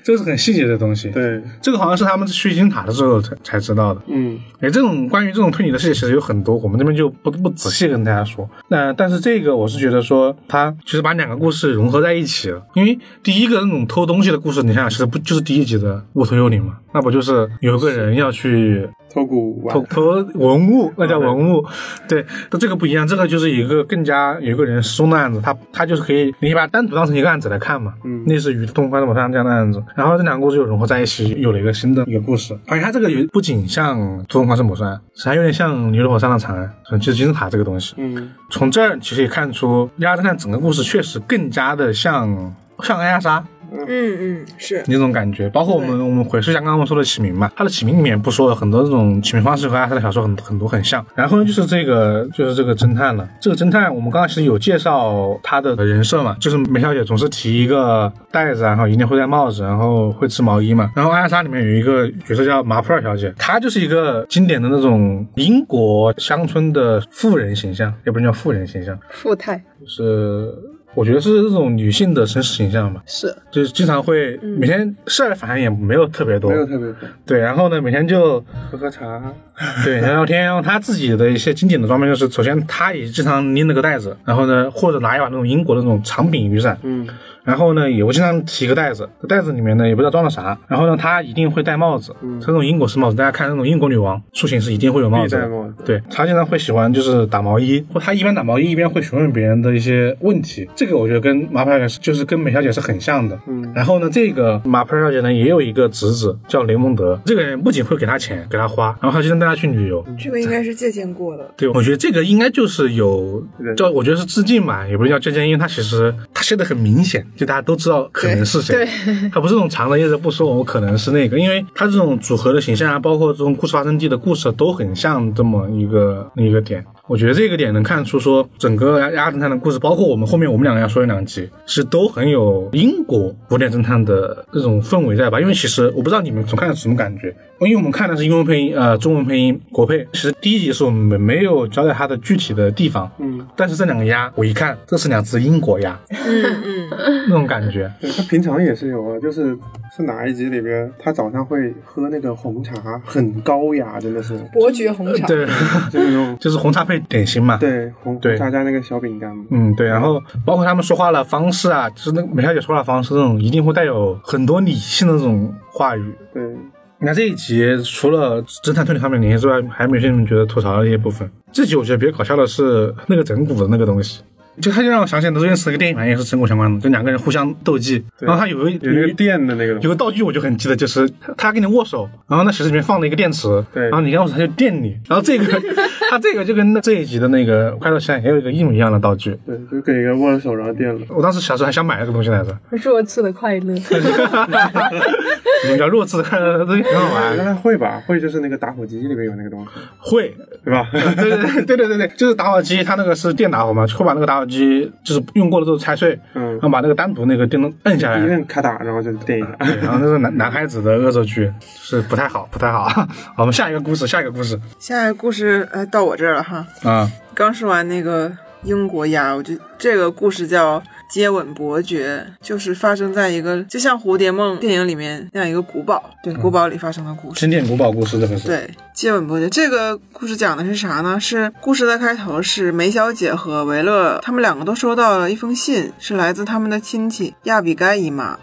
这个是很细节的东西。，对，这个好像是他们去金塔的时候才才知道的。嗯，哎，这种关于这种推理的事情其实有很多，我们这边就不不仔细跟大家说。那但是这个我是觉得说，它其实把两个故事融合在一起了。因为第一个那种偷东西的故事，你想想，其实不就是第一集的《沃头幽灵》嘛？那不就是有一个人要去头骨头丸，头文物，那叫文物。对，但这个不一样，这个就是一个更加有一个人失踪的案子，他他就是可以，你可以把它单独当成一个案子来看嘛，嗯类似于《东方的某山》这样的案子。然后这两个故事又融合在一起，有了一个新的一个故事。而且它这个有不仅像《东方是某山》，还有点像《尼罗河上的长安》，就是金字塔这个东西。嗯，从这儿其实可以看出，《鸭侦探》整个故事确实更加的像像安压莎，嗯嗯，是那种感觉。包括我们对我们回溯一下刚刚我们说的启明嘛，他的启明里面不说了很多这种启明方式和阿瑟的小说很很多很像。然后呢，就是这个就是这个侦探了。这个侦探我们刚刚其实有介绍他的人设嘛，就是梅小姐总是提一个袋子啊，然后一定会戴帽子，然后会织毛衣嘛。然后阿莎里面有一个角色叫马普尔小姐，她就是一个经典的那种英国乡村的富人形象，也不能叫富人形象，富态就是我觉得是这种女性的真实形象吧。是，就是经常会每天事儿反正也没有特别多嗯没，有特别多，对，然后呢，每天就喝喝茶， 对聊聊天，然后他自己的一些经典的装备就是，首先他也经常拎了个袋子，然后呢，或者拿一把那种英国的那种长柄雨伞，嗯，然后呢，也会经常提个袋子，袋子里面呢也不知道装了啥，然后呢，他一定会戴帽子，嗯是那种英国式帽子，大家看那种英国女王出行是一定会有帽必子戴的，帽子，对他经常会喜欢就是打毛衣，或他一边打毛衣一边会询问别人的一些问题，这个我觉得跟马普尔小姐就是跟美小姐是很像的。嗯，然后呢，这个马普尔小姐呢也有一个侄子叫雷蒙德，这个人不仅会给他钱给他花，然后还经常带他去旅嗯游。这个应该是借鉴过的。对，我觉得这个应该就是有人叫，我觉得是致敬吧，也不是叫借鉴，因为他其实他写的很明显，就大家都知道可能是谁。他不是那种藏着掖着不说，我可能是那个，因为他这种组合的形象啊，包括这种故事发生地的故事啊都很像这么一个一个点。我觉得这个点能看出说整个《鸭侦探》的故事，包括我们后面我们两个要说的两集，是都很有英国古典侦探的这种氛围在吧？因为其实我不知道你们从看是什么感觉，因为我们看的是英文配音，呃，中文配音国配。其实第一集是我们没有交代它的具体的地方，嗯，但是这两个鸭，我一看，这是两只英国鸭，嗯嗯，那种感觉。对他平常也是有啊，就是是哪一集里边，他早上会喝那个红茶，很高雅，真的是，伯爵红茶，对，就那种就是红茶配点心嘛。对红对红茶加那个小饼干嘛，嗯，对，然后包括他们说话的方式啊，就是那个美小姐说话的方式，这种一定会带有很多理性的这种话语。对，那这一集除了侦探推理方面的联系之外，还有没有些你们觉得吐槽的一些部分？这集我觉得比较搞笑的是那个整蛊的那个东西，就他就让我想起了周星驰的一个电影，好像也是整蛊相关的，就两个人互相斗技，然后他有个有那个电的那有个东西，个道具我就很记得，就是他跟你握手，然后那其实里面放了一个电池，对然后你跟我他就电你，然后这个 他这个就跟那这一集的那个快乐山也有一个一模一样的道具。对，就给一个握了手然后电了，我当时小时候还想买那个东西来着， 弱智的快乐。什么叫弱智的 快乐，这东西很好啊，玩。那他会吧？会就是那个打火机里面有那个东西，会， 对吧？对对对对对对，就是打火机，它那个是电打火嘛，会把那个打火机就是用过了之后拆碎，嗯然后把那个单独那个电动摁下来， 一摁咔嗒，然后就电一下。对，然后那是男男孩子的恶作剧，是不太好，不太好。 好我们下一个故事，下一个故事 下一个故事呃到我这儿了哈。啊，刚说完那个英国鸭，我就这个故事叫《接吻伯爵》，就是发生在一个就像《蝴蝶梦》电影里面那样一个古堡，对，古堡里发生的故事。经典古堡故事这个是，对，接吻伯爵这个故事讲的是啥呢？是故事的开头是梅小姐和维勒他们两个都收到了一封信，是来自他们的亲戚亚比该姨妈。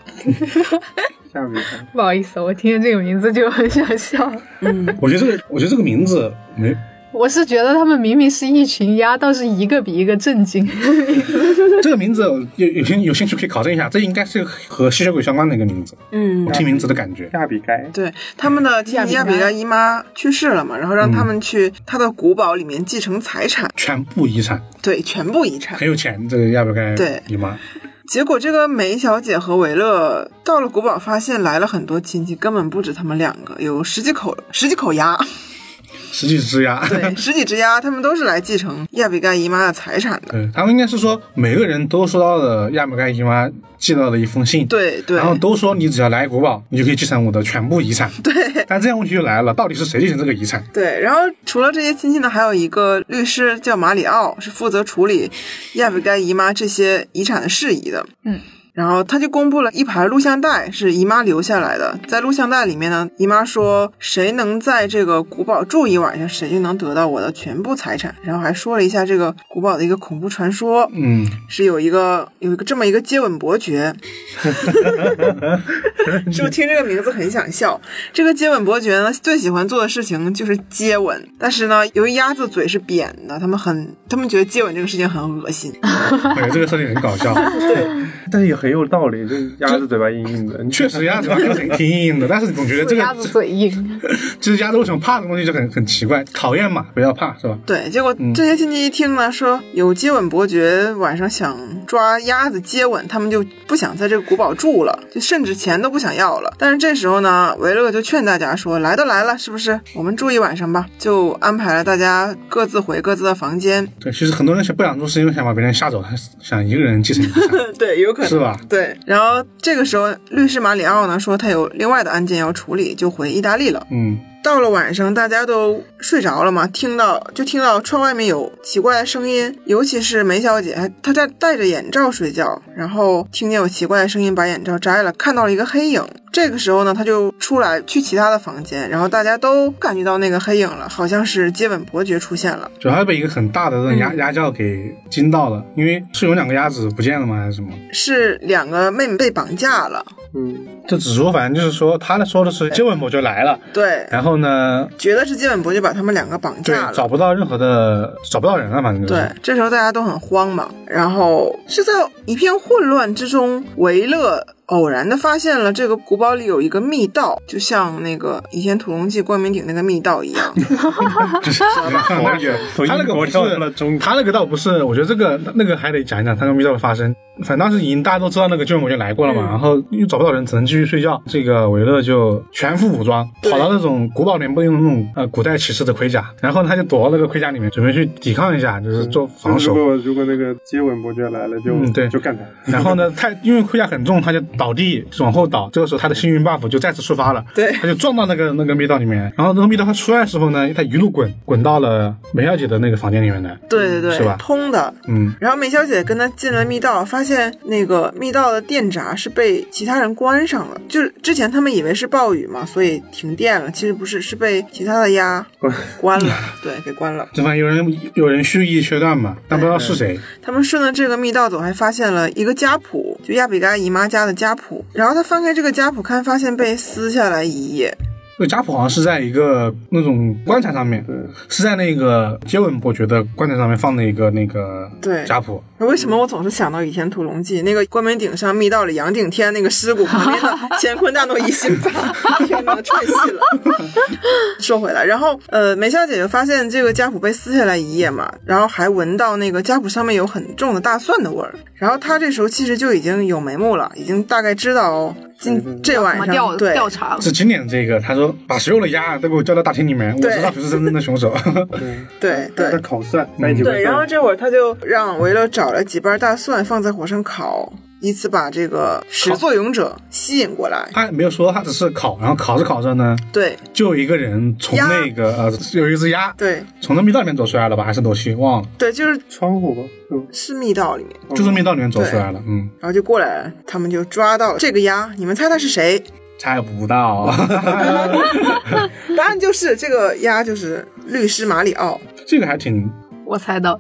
下面看，不好意思，我听见这个名字就很想笑。我觉得这个，我觉得这个名字没，我是觉得他们明明是一群鸭，倒是一个比一个正经。哎这个名字有有兴有兴趣可以考证一下，这应该是和吸血鬼相关的一个名字。嗯我，听名字的感觉，亚比该，对，他们的亲戚亚亚比比嗯该该姨妈去世了嘛，然后让他们去她的古堡里面继承财产，全部遗产，对，全部遗产。很有钱，这个要不该对姨妈，结果这个梅小姐和维勒到了古堡，发现来了很多亲戚，根本不止他们两个，有十几口十几口鸭，十几只鸭。对， 十几只鸭，他们都是来继承亚比盖姨妈的财产的。对，他们应该是说每个人都收到了亚美盖姨妈寄到的一封信，，对对然后都说你只要来古堡，你就可以继承我的全部遗产。对，但这样问题就来了，到底是谁继承这个遗产？对，然后除了这些亲戚呢，还有一个律师叫马里奥，是负责处理亚比盖姨妈这些遗产的事宜的。嗯。然后他就公布了一盘录像带，是姨妈留下来的。在录像带里面呢，姨妈说谁能在这个古堡住一晚上，谁就能得到我的全部财产。然后还说了一下这个古堡的一个恐怖传说， 嗯，是有一个有一个这么一个接吻伯爵，是不是听这个名字很想笑？这个接吻伯爵呢，最喜欢做的事情就是接吻，但是呢，由于鸭子嘴是扁的，他们很他们觉得接吻这个事情很恶心。对，这个设定很搞笑，但是也很有道理，就是鸭子嘴巴硬硬的，你确实鸭子吧挺硬硬的，但是总觉得这鸭子个嘴硬，就是鸭子为什么怕的东西就很很奇怪，讨厌嘛，不要怕是吧？对，结果这些亲戚一听呢，说有接吻伯爵晚上想抓鸭子接吻，他们就不想在这个古堡住了，就甚至钱都不想要了。但是这时候呢，维勒就劝大家说：“来都来了，是不是？我们住一晚上吧。”就安排了大家各自回各自的房间。对，其实很多人想不想住，是因为想把别人吓走，他想一个人继承遗 产， 对，有可是吧？对，然后这个时候，律师马里奥呢说他有另外的案件要处理，就回意大利了。嗯，到了晚上，大家都睡着了嘛，听到就听到窗外面有奇怪的声音，尤其是梅小姐，还她在戴着眼罩睡觉，然后听见有奇怪的声音，把眼罩摘了，看到了一个黑影。这个时候呢，她就出来去其他的房间，然后大家都感觉到那个黑影了，好像是接吻伯爵出现了。主要被一个很大的这种嗯鸭鸭叫给惊到了，因为是有两个鸭子不见了吗？还是什么？是两个妹妹被绑架了，嗯，这紫竹反正就是说，他说的是接吻我就来了，对，然后呢，觉得是接吻伯爵把他们两个绑对架，了。找不到任何的，找不到人了，反正就是。 对， 这时候大家都很慌忙，然后是在一片混乱之中，维勒偶然的发现了这个古堡里有一个密道，就像那个以前《屠龙记》光明顶那个密道一 样。那个从他那英个国不是跳到了中国，他那个倒不是，我觉得这个那个还得讲一讲他跟密道的发生。反正当时已经大家都知道那个救援我就来过了嘛，然后又找不到人，只能继续睡觉。这个维勒就全副武装，对跑到那种古堡里面不是有那种呃古代骑士的盔甲，然后他就躲到那个盔甲里面，准备去抵抗一下，就是做防守如。果如果那个接吻伯爵来了，就嗯对就干他。 然 后呢，他因为盔甲很重，他就倒地往后倒。这个时候他的幸运 buff 就再次触发了，对他就撞到那个那个密道里面。然后那个密道他出来的时候呢，他一路滚滚到了梅小姐的那个房间里面来。对对对，是吧通的。嗯，然后梅小姐跟他进了密道，发现那个密道的电闸是被其他人关上了。就是之前他们以为是暴雨嘛，所以停电了，其实不是，是被其他的鸭关 了。对，给关了。这反正有人有人蓄意切断嘛，但不知道是谁。他们顺着这个密道走，还发现了一个家谱，就亚比嘎姨妈家的家谱。然后他翻开这个家谱看，发现被撕下来一页。这个家谱好像是在一个那种棺材上面，是在那个接吻伯爵的棺材上面放的一个那个对家谱。为什么我总是想到《倚天屠龙记》那个关门顶上密道里杨顶天那个尸骨旁边 的乾坤大挪移心脏？天哪，串戏了。 说回来，然后呃，梅小姐就发现这个家谱被撕下来一页嘛，然后还闻到那个家谱上面有很重的大蒜的味儿。然后她这时候其实就已经有眉目了，已经大概知道哦今这怎哎晚么上调对调查了？是今年这个，他说把所有的鸭都给我叫到大厅里面，我对知道谁是真正的凶手。 对对在烤蒜，在一起对，会然后蒜。这会儿他就让维勒找了几瓣大蒜放在火上烤，以此把这个始作俑者吸引过来。他没有说，他只是烤，然后烤着烤着呢，对就有一个人从鸭那个呃，有一只鸭对从那密道里面走出来了吧，还是楼梯忘了，对，就是窗户吧，嗯，是密道里面，就是密道里面走出来了，嗯，然后就过来了，他们就抓到了这个鸭。你们猜他是谁？猜不到。 答案就是这个鸭就是律师马里奥。这个还挺我猜到了，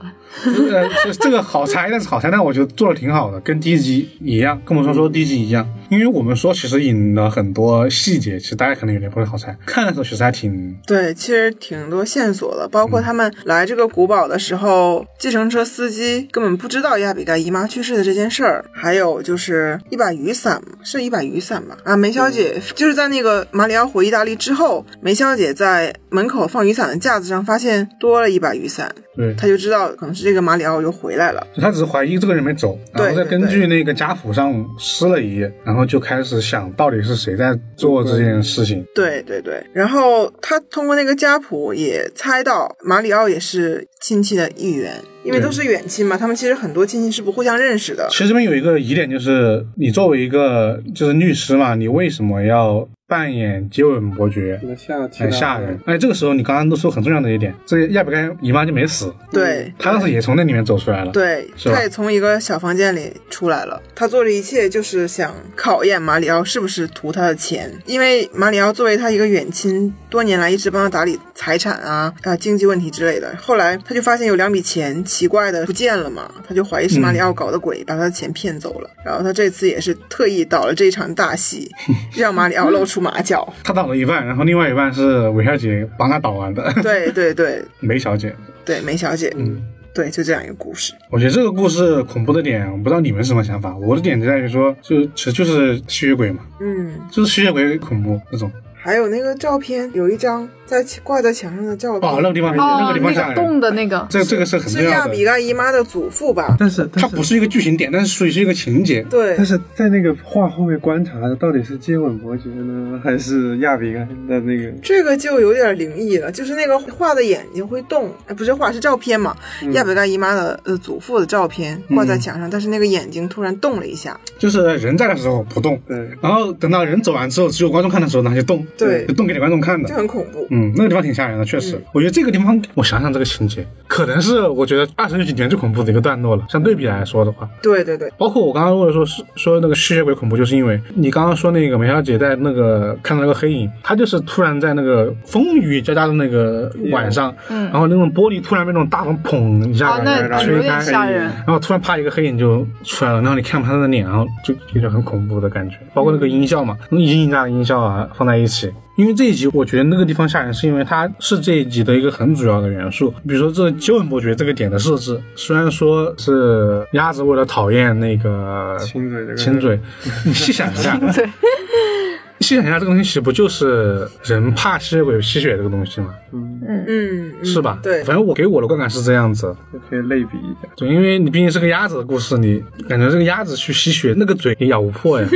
呃，这这个好猜，但是好猜，但我觉得做的挺好的，跟第一集一样，跟我们说说第一集一样。因为我们说其实引了很多细节，其实大家可能有点不会好猜。看的时候其实还挺，对，其实挺多线索的，包括他们来这个古堡的时候，计程车司机根本不知道亚比盖姨妈去世的这件事儿，还有就是一把雨伞，是一把雨伞吧？啊，梅小姐、就是在那个马里奥回意大利之后，梅小姐在门口放雨伞的架子上发现多了一把雨伞，对，她就知道可能是这个马里奥又回来了。他只是怀疑这个人没走，然后对再对根据那个家谱上撕了一页，然后就开始想到底是谁在做这件事情。对对对，然后他通过那个家谱也猜到马里奥也是亲戚的一员，因为对都是远亲嘛，他们其实很多亲戚是不互相认识的。其实这边有一个疑点，就是你作为一个就是律师嘛，你为什么要扮演接吻伯爵这，个夏天很吓人。哎，这个时候你刚刚都说很重要的一点，这个亚比该姨妈就没死，对，她当时也从那里面走出来了。，对，嗯是吧他也从一个小房间里出来了。他做这一切就是想考验马里奥是不是图他的钱，因为马里奥作为他一个远亲，多年来一直帮他打理财产啊、啊经济问题之类的。后来他就发现有两笔钱奇怪的不见了嘛，他就怀疑是马里嗯奥搞的鬼，把他的钱骗走了。然后他这次也是特意导了这场大戏，让马里奥露出 马脚。她倒了一半，然后另外一半是韦小姐帮她倒完的。 对对对梅小姐，对，梅小姐，嗯，对，就这样一个故事。我觉得这个故事恐怖的点，我不知道你们是什么想法。我的点就在于说，就其实就是吸血鬼嘛，嗯，就是吸血鬼恐怖那种。还有那个照片，有一张在挂在墙上的照片，哦，那个地方，哦那，个地那方吓个人。洞的那个，这这个是很重是要亚的比。嘎姨妈的祖父吧？但是但它不是一个剧情点，但是属于是一个情节。对但，是在那个画后面观察的到底是接吻伯爵呢， 还是亚比干的那个？这个就有点灵异了，就是那个画的眼睛会动，哎，不是画是照片嘛？嗯亚比嘎姨妈的呃祖父的照片挂在墙上，但是那个眼睛突然动了一下，就是人在的时候不动，对，然后等到人走完之后，只有观众看的时候，拿去动，对就动给观众看的就。很恐怖。嗯，那个地方挺吓人的，确嗯实。我觉得这个地方，我想想这个情节，可能是我觉得二十世纪里面最恐怖的一个段落了。相对比来说的话，对对对，包括我刚刚问说是说那个吸血鬼恐怖，就是因为你刚刚说那个梅小姐在那个看到那个黑影，她就是突然在那个风雨交加的那个晚上，然后那种玻璃突然被那种大风砰一下嗯哦，那吹有开点，吓人。然后突然啪一个黑影就出来了，然后你看不到他的脸，然后就有点很恐怖的感嗯觉，包括那个音效嘛，那阴影加的音效啊放在一起。因为这一集，我觉得那个地方吓人，是因为它是这一集的一个很主要的元素。比如说这接吻伯爵这个点的设置，虽然说是鸭子为了讨厌那个亲嘴这个亲嘴，你细想一下，对， 细想一下这个东西不就是人怕吸血鬼吸血这个东西吗？嗯，嗯是吧？对，反正我给我的观感是这样子。就可以类比一下。对，因为你毕竟是个鸭子的故事，你感觉这个鸭子去吸血，那个嘴也咬不破呀，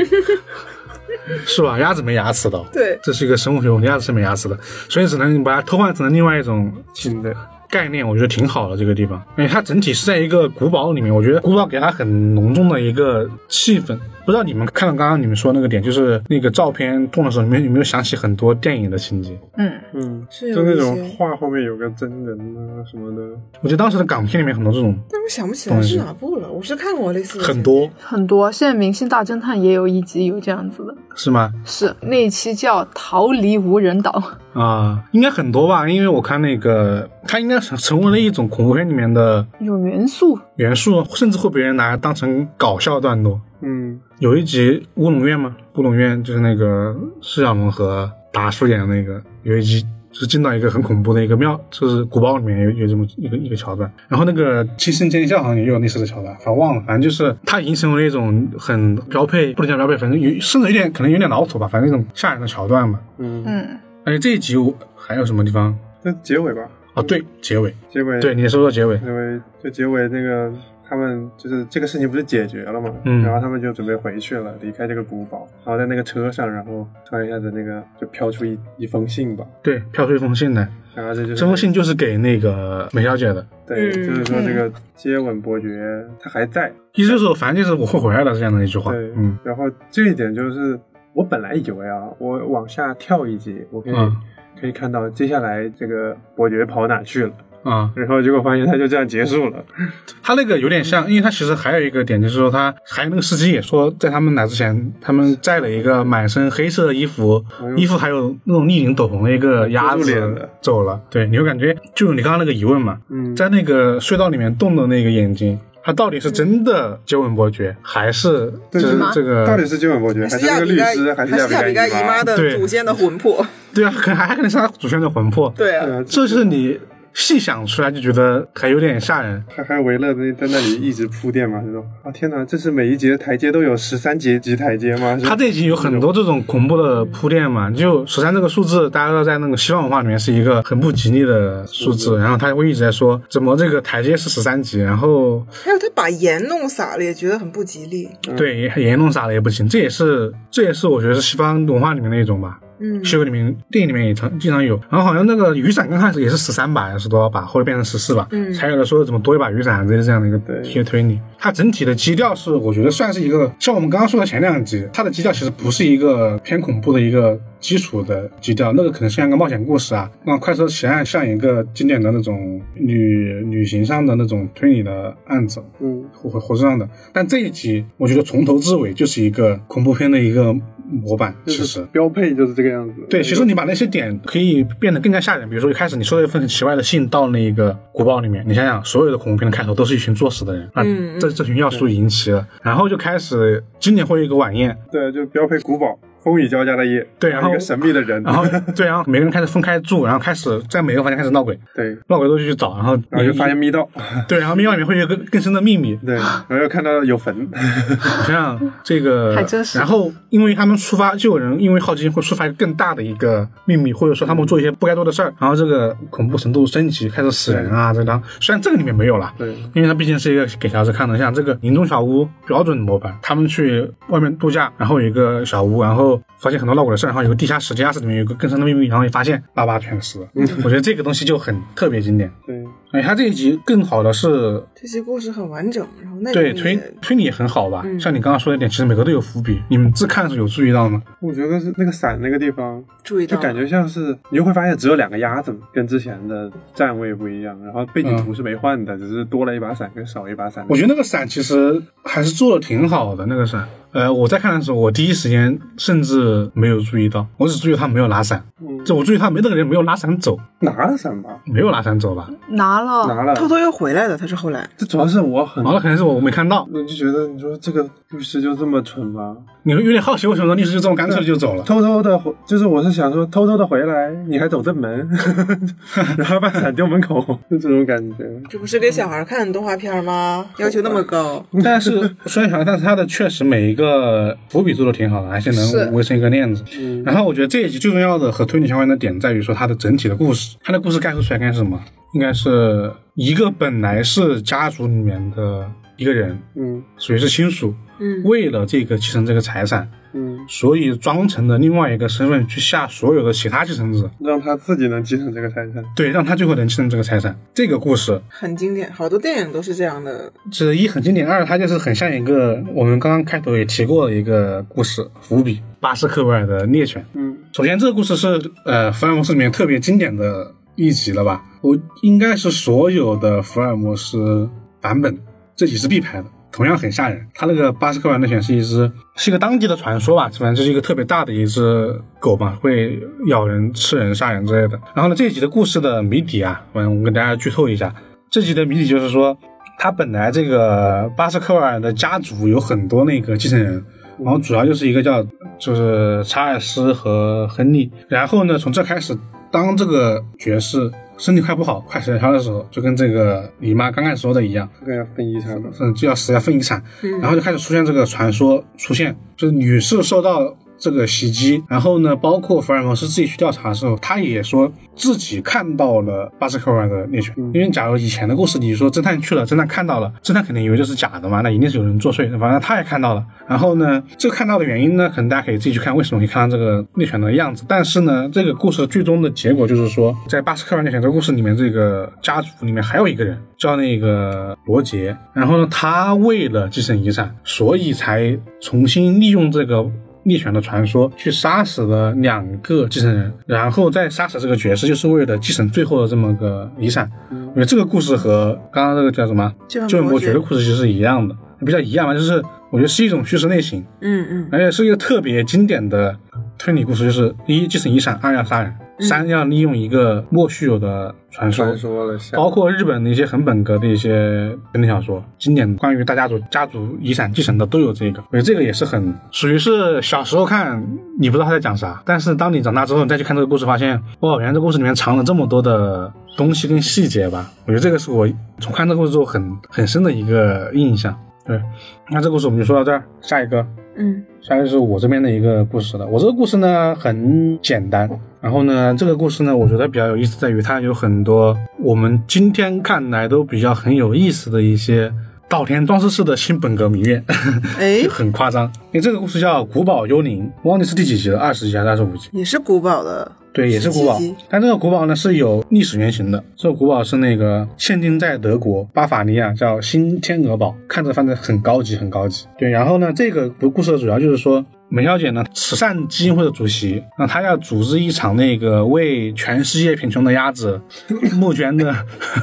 是吧？鸭子没牙齿的哦，对这是一个生物学问题，鸭子是没牙齿的，所以只能把它偷换成了另外一种亲嘴，概念，我觉得挺好的这个地方，因为它整体是在一个古堡里面，我觉得古堡给它很浓重的一个气氛。不知道你们看到刚刚你们说那个点，就是那个照片动的时候，你们有没有想起很多电影的情节？嗯，嗯，是就有那一种些，画后面有个真人啊什么的，我觉得当时的港片里面很多这种，但我想不起来是哪部了。我是看过类似的很多很多。现在《明星大侦探》也有一集有这样子的，是吗？是那一期叫《逃离无人岛》。啊，应该很多吧，因为我看那个，它应该成成为了一种恐怖片里面的有元素，元素，甚至会被人拿来当成搞笑段落。嗯，有一集乌龙院吗？乌龙院就是那个释小龙和达叔演的那个，有一集就是进到一个很恐怖的一个庙，就是古堡里面有有这么一个一个桥段。然后那个《七圣剑笑》好像也有类似的桥段，反正忘了，反正就是它已经成为了一种很标配，不能叫标配，反正有甚至有点可能有点老土吧，反正那种吓人的桥段嘛。嗯，而且这一集我还有什么地方？就结尾吧，哦，对，结尾，结尾对，你说说结尾，结尾就结尾那个他们就是这个事情不是解决了嘛，嗯然后他们就准备回去了，离开这个古堡，然后在那个车上，然后突然一下子那个就飘出一一封信吧，对，飘出一封信来，然后这就是这封信就是给那个梅小姐的，对，嗯就是说这个接吻伯爵他还在，意思就是说反正就是我会回来的这样的一句话，对，嗯，然后这一点就是我本来以为啊，我往下跳一集，我可以、嗯可以看到接下来这个伯爵跑哪去了，啊、然后结果发现他就这样结束了，嗯他那个有点像，因为他其实还有一个点就是说他还有那个司机也说，在他们来之前，他们载了一个满身黑色的衣服，哎衣服还有那种立领斗篷的一个鸭遮住脸子的走了，对，你会感觉就是你刚刚那个疑问嘛，嗯，在那个隧道里面动的那个眼睛。他到底是真的接吻伯爵，还是就对是是吗这个？到底是接吻伯爵还是是那亚个比律嘎师还是还是亚比嘎嘎姨妈的对祖先的魂魄？对啊，可能还可能是他祖先的魂魄。，对 对啊，啊，这是你细想出来就觉得还有点吓人。还还有维勒在在那里一直铺垫嘛，这种啊天哪，这是每一节台阶都有十三节级台阶吗？是吧他这一集有很多这种恐怖的铺垫嘛，就十三这个数字，大家都知道在那个西方文化里面是一个很不吉利的数字，然后他会一直在说怎么这个台阶是十三级，然后还有他把盐弄洒了，也觉得很不吉利。对也也弄啥了也不行，这也是这也是我觉得是西方文化里面的一种吧。嗯西游里面电影里面也常经常有。然后好像那个雨伞刚开始也是十三把还是多少把，后来变成十四把，嗯才有了说怎么多一把雨伞之类的这样的一个对贴推理。它整体的基调是，我觉得算是一个像我们刚刚说的前两集，它的基调其实不是一个偏恐怖的一个基础的基调，那个可能像一个冒险故事啊。那快车奇案像一个经典的那种旅旅行上的那种推理的案子，嗯，火火车上的。但这一集我觉得从头至尾就是一个恐怖片的一个模板，就其是实。标配就是这个样子。对，其实你把那些点可以变得更加吓人。比如说一开始你收到一份很奇怪的信到那个古堡里面，你想想，所有的恐怖片的开头都是一群作死的人，啊，嗯嗯这这群要素已经齐了，然后就开始今年会有一个晚宴，对，就标配古堡，风雨交加的夜，对然后一个神秘的人，然 后对，然后每个人开始分开住，然后开始在每个房间开始闹鬼，对，闹鬼都去找，然后然后就发现密道，对，然后密钥里面会有一个更深的秘密，对，然后又看到有坟， 好像这个 还真是然后，因为他们触发，就有人因为好奇心会触发一个更大的一个秘密，或者说他们做一些不该做的事儿，然后这个恐怖程度升级，开始死人啊，这张。虽然这个里面没有了，对，因为它毕竟是一个给小孩子看的，像这个《林中小屋》标准模板，他们去外面度假，然后有一个小屋，然后发现很多闹鬼的事儿，然后有个地下室，地下室里面有一个更深的秘密，然后一发现爸爸全死了。嗯我觉得这个东西就很特别经典。对，哎，他这一集更好的是这些故事很完整，然后内容对也推推理也很好吧？嗯像你刚刚说的点，其实每个都有伏笔。你们自看的时候有注意到吗？我觉得是那个伞那个地方，注意到就了，感觉像是你就会发现只有两个鸭子，跟之前的站位不一样，然后背景图是没换的，只是多了一把伞跟少一把伞。嗯我觉得那个伞其实还是做的挺好的。那个伞，呃，我在看的时候，我第一时间甚至没有注意到，我只注意他没有拿伞。嗯就我注意他没那个人没有拿伞走，拿了伞吧，没有拿伞走吧？拿了，拿了。哦偷偷又回来的，他是后来，这主要是我很完，了，可能是我我没看到。我就觉得你说这个律师就这么蠢吗？你会有点好奇，为什么律师就这么干脆地就走了？偷偷的回，就是我是想说偷偷的回来，你还走正门， 然后把伞丢门口，就这种感觉。这不是给小孩看的动画片吗？要求那么高，但是虽然想，但是他的确实每一个伏笔做的挺好的，而且是能围成一个链子。然后我觉得这一集最重要的和推理相关的点在于说它的整体的故事，它的故事概括出来该是什么？应该是一个本来是家族里面的一个人，嗯属于是亲属，嗯为了这个继承这个财产，嗯，所以装成了另外一个身份去吓所有的其他继承者，让他自己能继承这个财产。对，让他最后能继承这个财产。这个故事很经典，好多电影都是这样的。这一很经典，二它就是很像一个我们刚刚开头也提过的一个故事伏笔——巴斯克维尔的猎犬。嗯，首先，这个故事是呃福尔摩斯里面特别经典的一集了吧？我应该是所有的福尔摩斯版本这集是必拍的，同样很吓人。它那个巴斯克维尔猎犬是一只是一个当地的传说吧，反正就是一个特别大的一只狗嘛，会咬人、吃人、杀人之类的。然后呢，这一集的故事的谜底啊，我我跟大家剧透一下，这集的谜底就是说，他本来这个巴斯克维尔的家族有很多那个继承人，然后主要就是一个叫就是查尔斯和亨利。然后呢，从这开始，当这个爵士身体快不好、快死翘的时候，就跟这个姨妈刚开始说的一样，这个要分遗产吧。嗯，就要死要分遗产，嗯然后就开始出现这个传说出现，就是女士受到这个袭击，然后呢，包括福尔摩斯自己去调查的时候，他也说自己看到了巴斯克维尔的猎犬，因为假如以前的故事里说侦探去了，侦探看到了，侦探肯定以为这是假的嘛，那一定是有人作祟，反正他也看到了。然后呢，这个看到的原因呢，可能大家可以自己去看为什么会看到这个猎犬的样子，但是呢，这个故事最终的结果就是说，在巴斯克维尔猎犬这个故事里面，这个家族里面还有一个人叫那个罗杰，然后呢，他为了继承遗产，所以才重新利用这个猎犬的传说去杀死了两个继承人，然后再杀死这个爵士，就是为了继承最后的这么个遗产。我觉得这个故事和刚刚这个叫什么救《人救人伯伯爵》爵的故事其实是一样的，比较一样吧，就是我觉得是一种叙事类型。嗯嗯，而且是一个特别经典的推理故事，就是一继承遗产，二要杀人，三要利用一个莫须有的传说。 嗯传说了哦下，包括日本的一些很本格的一些推理小说，经典关于大家族家族遗产继承的都有这个，我觉得这个也是很属于是小时候看你不知道他在讲啥，但是当你长大之后你再去看这个故事，发现哇，原来这故事里面藏了这么多的东西跟细节吧。我觉得这个是我从看这个故事之后很很深的一个印象。对，那这个故事我们就说到这儿，下一个。嗯，下一个是我这边的一个故事了。我这个故事呢很简单，然后呢，这个故事呢，我觉得比较有意思在于它有很多我们今天看来都比较很有意思的一些岛田庄司式的新本格迷恋，哎 就，很夸张。因为这个故事叫《古堡幽灵》，我忘记是第几集了，二十集还是二十五集？也是古堡的，对，也是古堡17集。但这个古堡呢是有历史原型的，这个古堡是那个现今在德国巴伐利亚叫新天鹅堡，看着反正很高级，很高级。对，然后呢，这个故事的主要就是说。梅小姐呢，慈善基金会的主席，那她要组织一场那个为全世界贫穷的鸭子募捐的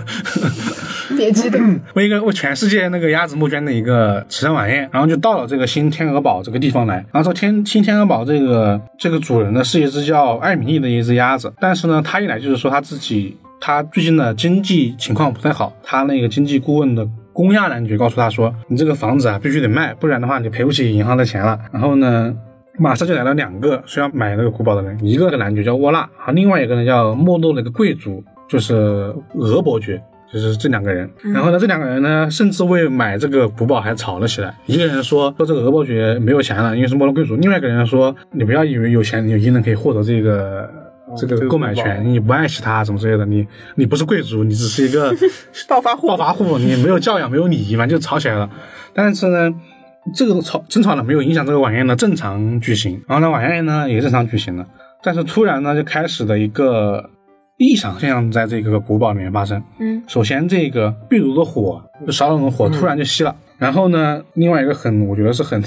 别激动。为一个为全世界那个鸭子募捐的一个慈善晚宴，然后就到了这个新天鹅堡这个地方来。然后说天新天鹅堡这个这个主人呢是一只叫艾米丽的一只鸭子，但是呢，他一来就是说他自己他最近的经济情况不太好，他那个经济顾问的。公亚男爵告诉他说：“你这个房子啊，必须得卖，不然的话你赔不起银行的钱了。”然后呢，马上就来了两个需要买那个古堡的人，一个男爵叫沃纳，还另外一个呢叫莫洛的一个贵族，就是俄伯爵，就是这两个人。嗯然后呢，这两个人呢，甚至为买这个古堡还吵了起来。一个人说说这个俄伯爵没有钱了，因为是莫洛贵族；另外一个人说你不要以为有钱你就一定可以获得这个。这哦这个个购买古堡权，你不爱惜它什么之类的，你你不是贵族，你只是一 个暴发户暴发户，你没有教养，没有礼仪，反正就吵起来了。但是呢，这个吵争吵呢没有影响这个晚宴的正常举行，啊然后呢晚宴呢也正常举行了，啊但是突然呢就开始了一个异常现象在这个古堡里面发生。嗯，首先这个壁炉的火就烧了的火突然就熄了，然后呢另外一个很我觉得是很。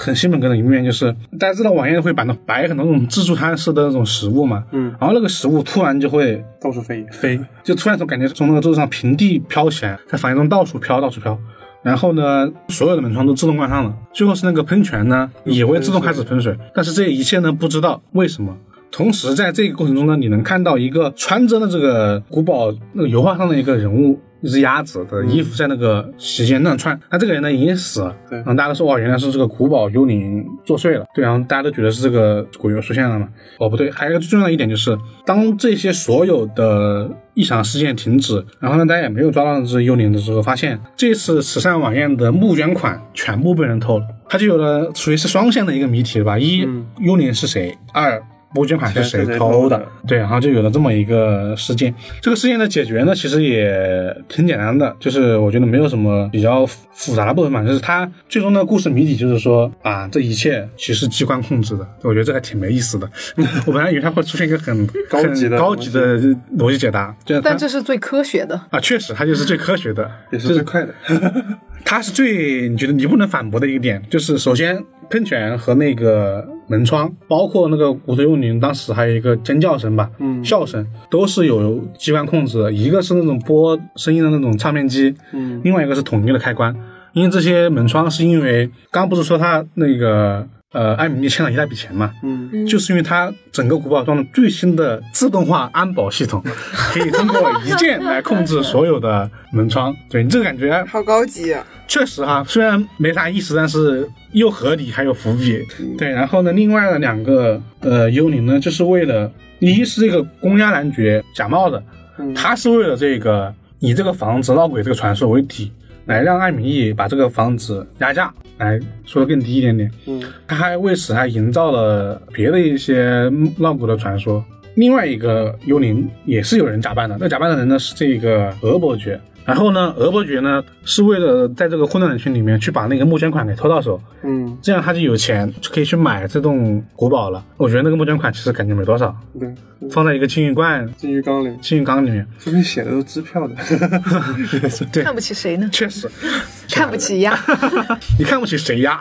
很西门哥的一面就是，大家知道晚宴会摆那摆很多那种自助餐式的那种食物嘛，嗯然后那个食物突然就会到处飞，飞，就突然从感觉从那个桌子上平地飘起来，在房间中到处飘，到处飘。然后呢，所有的门窗都自动关上了。最后是那个喷泉呢，也会自动开始嗯喷水，但是这一切呢，不知道为什么。同时，在这个过程中呢，你能看到一个穿着的这个古堡那个油画上的一个人物，一只鸭子的衣服在那个洗衣间那穿。那这个人呢已经死了，对然后大家都说哦，原来是这个古堡幽灵作祟了，对，然后大家都觉得是这个鬼又出现了嘛。哦，不对，还有一个最重要的一点就是，当这些所有的异常事件停止，然后呢，大家也没有抓到这只幽灵的时候，发现这次慈善晚宴的募捐款全部被人偷了，它就有了属于是双线的一个谜题了吧？一，幽灵是谁？二。募捐嗯款是谁钱是谁偷偷的的？对，然后就有了这么一个事件。这个事件的解决呢，其实也挺简单的，就是我觉得没有什么比较复复杂的部分嘛，就是它最终的故事谜底就是说啊，这一切其实机关控制的，我觉得这还挺没意思的。 我本来以为它会出现一个很高级的很高级的逻辑解答，就是它但这是最科学的，啊，确实它就是最科学的，也是最快的。 它是最你觉得你不能反驳的一个点，就是首先喷泉和那个门窗，包括那个骨髓幽灵，当时还有一个尖叫声吧，嗯，笑声都是有机关控制的，一个是那种播声音的那种唱片机，嗯，另外一个是统一的开关，因为这些门窗是因为刚不是说他那个呃艾米丽欠了一大笔钱嘛，嗯，就是因为它整个古堡装的最新的自动化安保系统，可以通过一键来控制所有的门窗，对你这个感觉好高级啊！确实哈，虽然没啥意思，但是又合理，还有伏笔。对，然后呢，另外的两个呃幽灵呢，就是为了一是这个公鸭男爵假冒的，他是为了这个以这个房子闹鬼这个传说为底，来让艾米丽把这个房子压价，来说的更低一点点。嗯，他还为此还营造了别的一些闹鬼的传说。另外一个幽灵也是有人假扮的，那假扮的人呢是这个俄伯爵。然后呢，俄伯爵呢是为了在这个混乱人群里面去把那个募捐款给偷到手，嗯，这样他就有钱就可以去买这栋古堡了。我觉得那个募捐款其实感觉没多少，对，放在一个金鱼罐、金鱼缸里，金鱼缸里面，说明写的都是支票的。 对 看，不起谁呢？确实。看不起 呀，你看不起谁呀？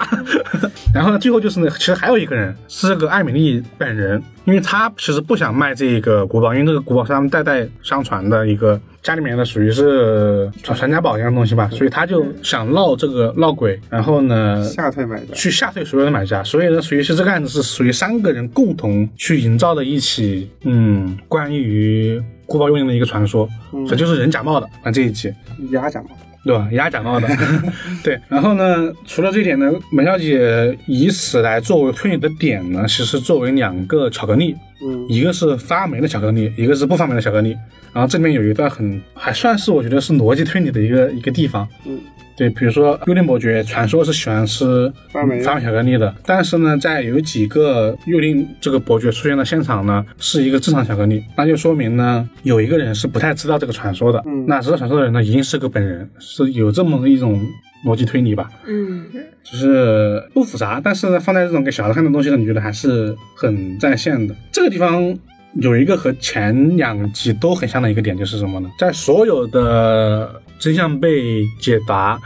然后呢，最后就是呢，其实还有一个人是这个艾米丽本人，因为她其实不想卖这个古堡，因为这个古堡是他们代代相传的一个家里面的属于是传传家宝一样的东西吧，所以她就想闹这个闹鬼，然后呢。下退买的，去吓退所有的买家，所以呢，属于是这个案子是属于三个人共同去营造的一起，嗯，关于古堡幽灵的一个传说，这、就是人假冒的啊这一集。压奖嘛。对吧？压假冒的， 对。然后呢，除了这一点呢，梅小姐以此来作为推理的点呢，其实作为两个巧克力，嗯一个是发霉的巧克力，一个是不发霉的巧克力。然后这里面有一段很还算是我觉得是逻辑推理的一个一个地方，嗯，对，比如说幽灵伯爵传说是喜欢吃发霉发霉巧克力的，但是呢，在有几个幽灵这个伯爵出现的现场呢，是一个正常巧克力，那就说明呢，有一嗯个人是不太知道这个传说的，那知道传说的人呢，一定是个本人，是有这么一种逻辑推理吧，嗯，就是不复杂，但是呢，放在这种给小孩看的东西上，你觉得还是很在线的。这个地方有一个和前两集都很像的一个点，就是什么呢？在所有的真相被解答。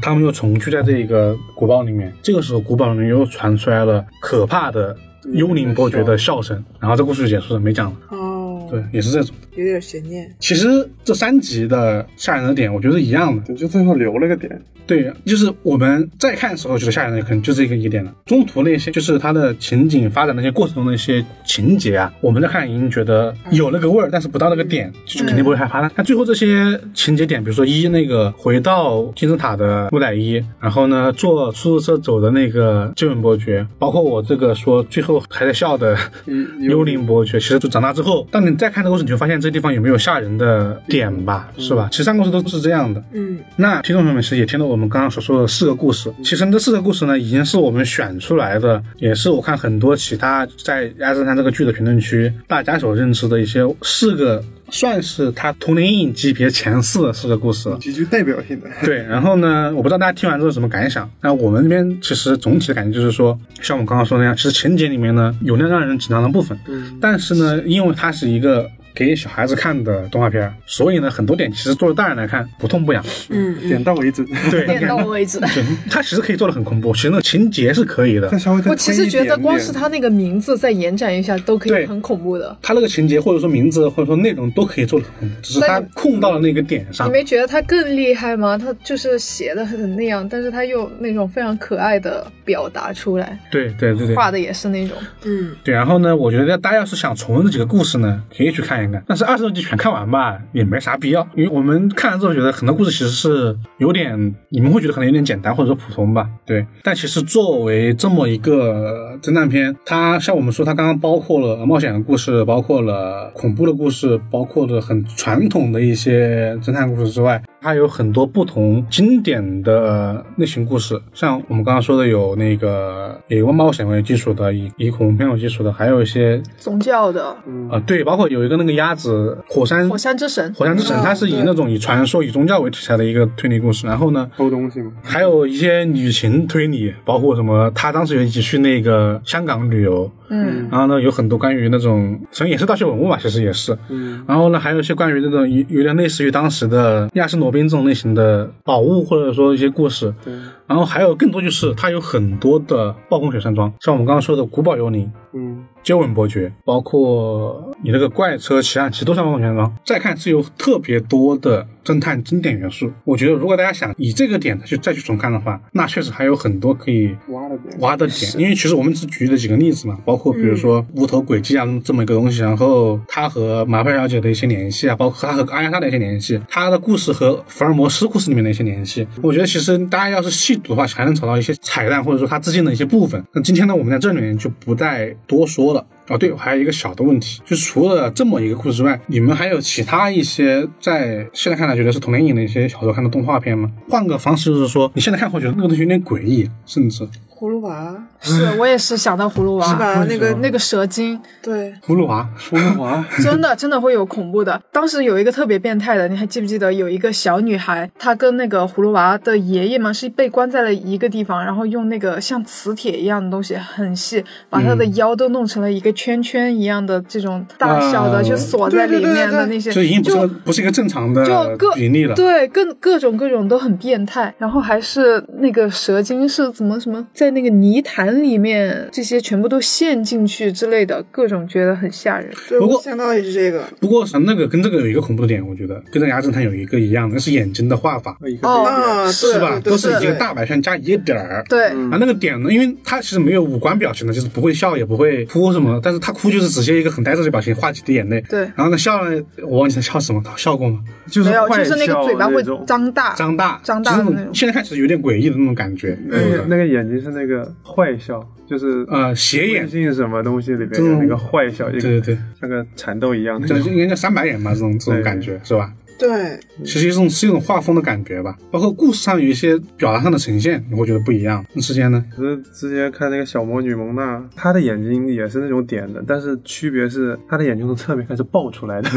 他们又重聚在这一个古堡里面，这个时候古堡里面又传出来了可怕的幽灵伯爵的笑声，然后这故事就结束了，没讲了。哦，对，也是这种。有点悬念，其实这三集的吓人的点，我觉得是一样的。对，就最后留了个点，对，就是我们在看的时候觉得吓人的，可能就这个一个点了。中途那些就是它的情景发展那些过程中的一些情节啊，我们在看已经觉得有那个味儿，但是不到那个点，就肯定不会害怕了。那最后这些情节点，比如说一那个回到金字塔的木乃伊，然后呢坐出租车走的那个救援伯爵，包括我这个说最后还在笑的嗯幽灵伯爵，其实就长大之后，当你再看这个故事，你就发现这地方有没有吓人的点吧，是吧？其实三个故事都是这样的。嗯那听众朋友们其实也听到我们刚刚所说的四个故事，其实这四个故事呢，已经是我们选出来的，也是我看很多其他在《鸭子山》这个剧的评论区大家所认知的一些四个，算是他童年阴影级别前四的四个故事了。极具代表性的。对，然后呢，我不知道大家听完之后什么感想。那我们这边其实总体的感觉就是说，像我们刚刚说的那样，其实情节里面呢有那让人紧张的部分，但是呢，因为它是一个。给小孩子看的动画片儿，所以呢，很多点其实作为大人来看不痛不痒。嗯，点到为止， 对，你点看到为止。对，它其实可以做的很恐怖，其实那个情节是可以的再。稍微 再我其实觉得光是他那个名字再延展一下，都可对以很恐怖的。它那个情节或者说名字或者说内容都可以做的很恐怖，只是它但是控到了那个点上你。没觉得他更厉害吗？他就是写的很那样，但是他又那种非常可爱的表达出来，对对对对。画的也是那种。嗯，对，然后呢，我觉得大家要是想重温这几个故事呢，可以去看一看。但是二十多集全看完吧，也没啥必要，因为我们看了之后觉得很多故事其实是有点，你们会觉得可能有点简单或者说普通吧。对，但其实作为这么一个侦探片，它像我们说，它刚刚包括了冒险的故事，包括了恐怖的故事，包括了很传统的一些侦探故事之外，它有很多不同经典的类型故事，像我们刚刚说的有那个以冒险为基础的，以以恐怖片为基础的，还有一些宗教的呃对，包括有一个那个鸭子火山火山之嗯神，火山之神，它是以那种以传说以宗教为题材的一个推理故事，然后呢。偷东西嘛，还有一些旅行推理，包括什么？他当时有一起去那个香港旅游，嗯，然后呢，有很多关于那种，其实也是盗窃文物吧，其实也是。嗯，然后呢，还有一些关于这种有有点类似于当时的亚森罗宾这种类型的宝物，或者说一些故事。对，然后还有更多就是它有很多的暴风雪山庄，像我们刚刚说的古堡幽灵、嗯，接吻伯爵，包括你那个怪车奇案，其实都算暴风雪山庄。再看是有特别多的侦探经典元素。我觉得如果大家想以这个点去再去重看的话，那确实还有很多可以挖了点，挖的点，因为其实我们只举了几个例子嘛，包括比如说无头轨迹啊这么一个东西，然后它和麻烦小姐的一些联系啊，包括它和阿加莎的一些联系，它的故事和福尔摩斯故事里面的一些联系，我觉得其实大家要是细读的话，还能找到一些彩蛋或者说它致敬的一些部分。那今天呢，我们在这里面就不再多说了。啊，对，我还有一个小的问题，就除了这么一个故事之外，你们还有其他一些在现在看来觉得是童年影的一些小时候看的动画片吗？换个方式就是说，你现在看会觉得那个东西有点诡异，甚至葫芦娃啊是我也是想到葫芦娃，嗯啊是吧？那个那个蛇 精，对，葫芦娃葫芦娃，真的真的会有恐怖的。当时有一个特别变态的，你还记不记得？有一个小女孩，她跟那个葫芦娃的爷爷嘛，是被关在了一个地方，然后用那个像磁铁一样的东西，很细，把她的嗯腰都弄成了一个圈圈一样的这种大小嗯的，啊就锁在里面的那些，所以已经不是就个不是一个正常的就各比例了。对，各各种各种都很变态，然后还是那个蛇精是怎么什么，在那个泥潭里面，这些全部都陷进去之类的，各种觉得很吓人。对不过我想到的也是这个，不过像那个跟这个有一个恐怖的点，我觉得跟这个牙侦探有一个一样，那是眼睛的画法，一个哦啊，对是吧？对对都是一对个大白圈加一个点儿。对，啊，那个点呢，因为他其实没有五官表情的，就是不会笑也不会哭什么的，但是他哭就是直接一个很呆滞的表情，画几滴眼泪。对然后呢笑呢，我忘记他笑什么，他笑过吗？就是没有，就坏是那个笑嘴巴那会种张大，张大，张大就是的那种现在看其实有点诡异的那种感觉。那个那个眼睛是那个坏笑，就是嗯呃，斜微眼，信什么东西里边有那个坏笑，一对对个对，像个蚕豆一样的就是应该叫三白眼吧，这种这种感觉是吧？对，其实是一种是一种画风的感觉吧，包括故事上有一些表达上的呈现，你会觉得不一样。那之间呢？ 只是之前看那个小魔女蒙娜，她的眼睛也是那种点的，但是区别是她的眼睛从侧面开始爆出 来的。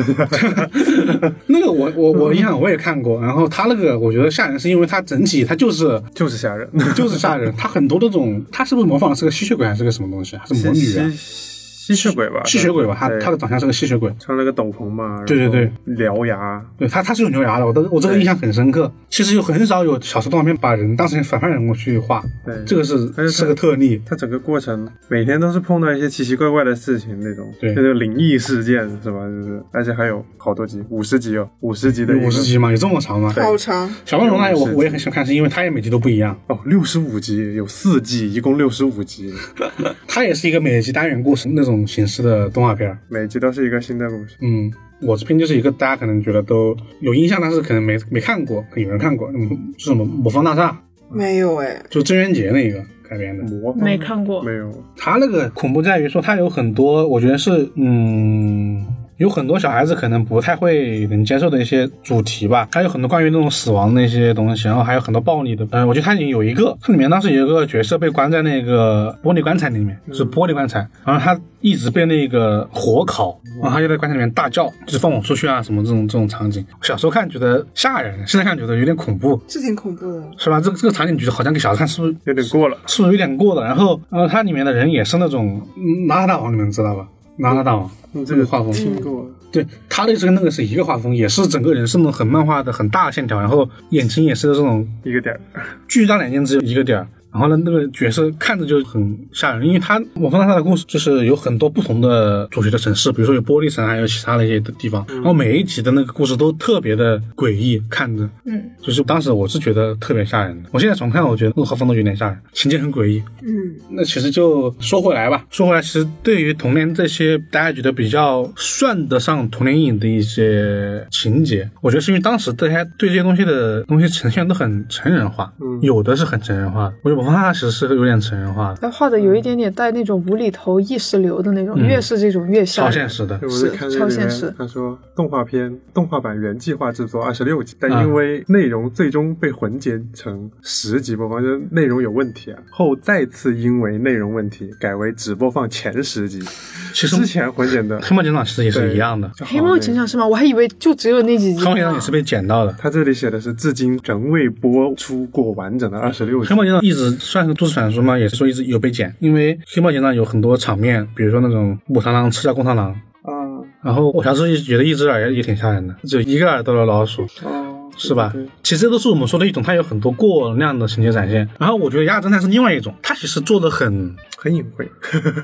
那个我我我印象我也看过，然后他那个我觉得吓人是因为他整体他就是就是 吓人，就是吓人，他很多那种他是不是模仿的是个吸血鬼还是个什么东西？还是魔女吸啊？吸吸血鬼吧，吸血鬼吧，他对他的长相是个吸血鬼，穿了个斗篷嘛，对对对，獠牙，对他他是有牛牙的，我的我这个印象很深刻。其实有很少有小说动画片把人当成反派人物去画，对，这个是但是他是个特例。他整个过程每天都是碰到一些奇奇怪怪的事情，那种对那种灵异事件是吧？就是，而且还有好多集，五十集哦，五十集的一个五十集嘛，有这么长吗？好长，小霸龙那我50集我也很喜欢看，是因为它也每集都不一样，哦，六十五集有四季，一共六十五集，它也是一个每集单元故事那种形式的动画片儿。每集都是一个新的故事。嗯，我这边就是一个大家可能觉得都有印象，但是可能没没看过，可能有人看过，嗯，是什么《魔方大厦没有哎》，就郑渊洁那个改编的。魔方没看嗯过没有，他那个恐怖在于说，他有很多，我觉得是，嗯，有很多小孩子可能不太会能接受的一些主题吧。还有很多关于那种死亡的一些东西，然后还有很多暴力的。嗯，我觉得他已经有一个，它里面当时有一个角色被关在那个玻璃棺材里面，就是玻璃棺材，然后他一直被那个火烤，然后他就在棺材里面大叫，就是放我出去啊什么这种这种场景。小时候看觉得吓人，现在看觉得有点恐怖，是挺恐怖的。是吧？这个这个场景觉得好像给小孩看是不是有点过了。是有点过了。然后，呃，它里面的人也是那种嗯拿撒大王，你们知道吧？拿撒大王嗯这个画风，听过，对，他的这个那个是一个画风，也是整个人是那种很漫画的很大的线条，然后眼睛也是这种一个点儿，巨大的眼睛只有一个点儿。然后呢，那个角色看着就很吓人，因为他《我看到他的故事就是有很多不同的主题的城市，比如说有玻璃城，还有其他的一些地方。然后每一集的那个故事都特别的诡异，看着，嗯，就是当时我是觉得特别吓人的。我现在重看，我觉得那个画风都有点吓人，情节很诡异。嗯，那其实就说回来吧，说回来，其实对于童年这些大家觉得比较算得上童年阴影的一些情节，我觉得是因为当时大家对这些东西的东西呈现都很成人化，有的是很成人化的，我觉得《文化大使》是有点成人化的，他画的有一点点带那种无厘头意识流的那种，越是这种越嗯吓超人。现实的对，。我是在看超这里现面实，他说动画片动画版原计划制作二十六集，但啊因为内容最终被混剪成十集播放，就是内容有问题啊，后再次因为内容问题改为只播放前十集，其实之前混 剪的黑猫警长其实也是对一样的，就好黑猫那警长是吗？我还以为就只有那几集黑猫警长也是被剪到的。他这里写的是至今仍未播出过完整的二十六集黑。猫警长一直算是都市传说嘛，也是说一直有被剪，因为黑猫警长有很多场面，比如说那种武螳螂吃掉公螳螂，啊，然后我小时候也觉得一只耳也也挺吓人的，只有一个耳朵的老鼠，哦，是吧对对？其实这都是我们说的一种，它有很多过量的情节展现。然后我觉得《压侦探》是另外一种，它其实做的很，很隐晦。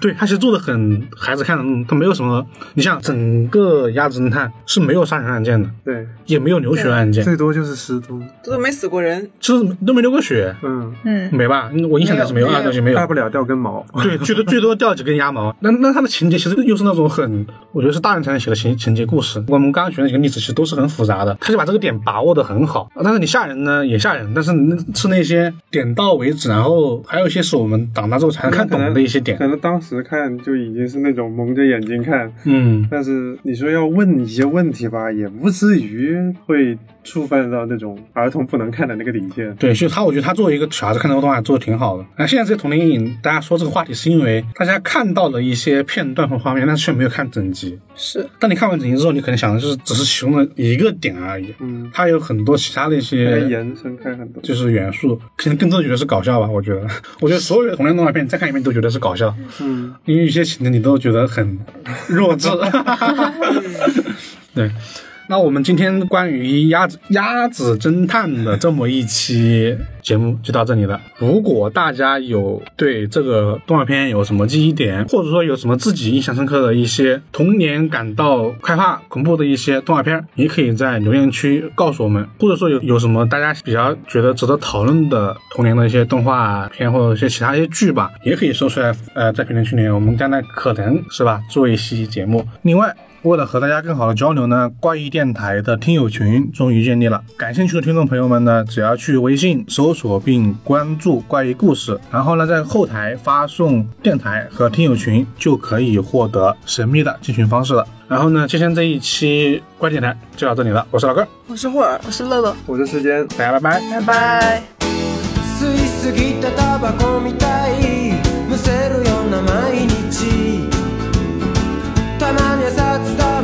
对，它其实做的很孩子看的那嗯种，它没有什么。你像整个《压侦探》是没有杀人案件的，对，也没有流血案件，最多就是失踪。这都没死过人，就是都没流过血，嗯，嗯，没吧？我印象里是没有，没有那东西没有大。不了掉 根毛。对，最多最多掉几根鸭毛。那那它的情节其实又是那种很，我觉得是大人才能写的情情节故事。我们刚刚举的几个例子其实都是很复杂的，他就把这个点把握的很好。但是你吓人呢也吓人，但是那是那些点到为止，然后还有一些是我们长大之后才能看懂的一些点可。能当时看就已经是那种蒙着眼睛看，嗯，但是你说要问一些问题吧，也不至于会触犯到那种儿童不能看的那个底线。对，所以他我觉得他作为一个小孩子看这个动画做的挺好的。那现在这些童年阴影，大家说这个话题是因为大家看到了一些片段和画面，但是却没有看整集。是当你看完整集之后，你可能想的就是只是其中的一个点而已。嗯，它有很多其他的一还些延伸看很多。就是元素，可能更多的觉得是搞笑吧。我觉得， 我觉得所有的童年动画片，你再看一遍都觉得是搞笑，嗯，因为有些情节你都觉得很弱智。 对，那我们今天关于鸭子鸭子侦探的这么一期节目就到这里了。如果大家有对这个动画片有什么记忆点，或者说有什么自己印象深刻的一些童年感到害怕、恐怖的一些动画片，也可以在留言区告诉我们，或者说有有什么大家比较觉得值得讨论的童年的一些动画片或者一些其他一些剧吧，也可以说出来。呃，在评论区里面我们将来可能是吧做一期节目。另外。为了和大家更好的交流呢，怪异电台的听友群终于建立了。感兴趣的听众朋友们呢，只要去微信搜索并关注“怪异故事”，然后呢在后台发送“电台”和“听友群”，就可以获得神秘的进群方式了。然后呢，今天这一期怪异电台就到这里了，我是老根儿，我是霍尔，我是乐乐，我是时间，大家拜拜。拜哎拜。吸いすぎたタバコみたいむせるような毎日たまに朝スタ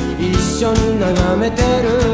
一緒に眺めてる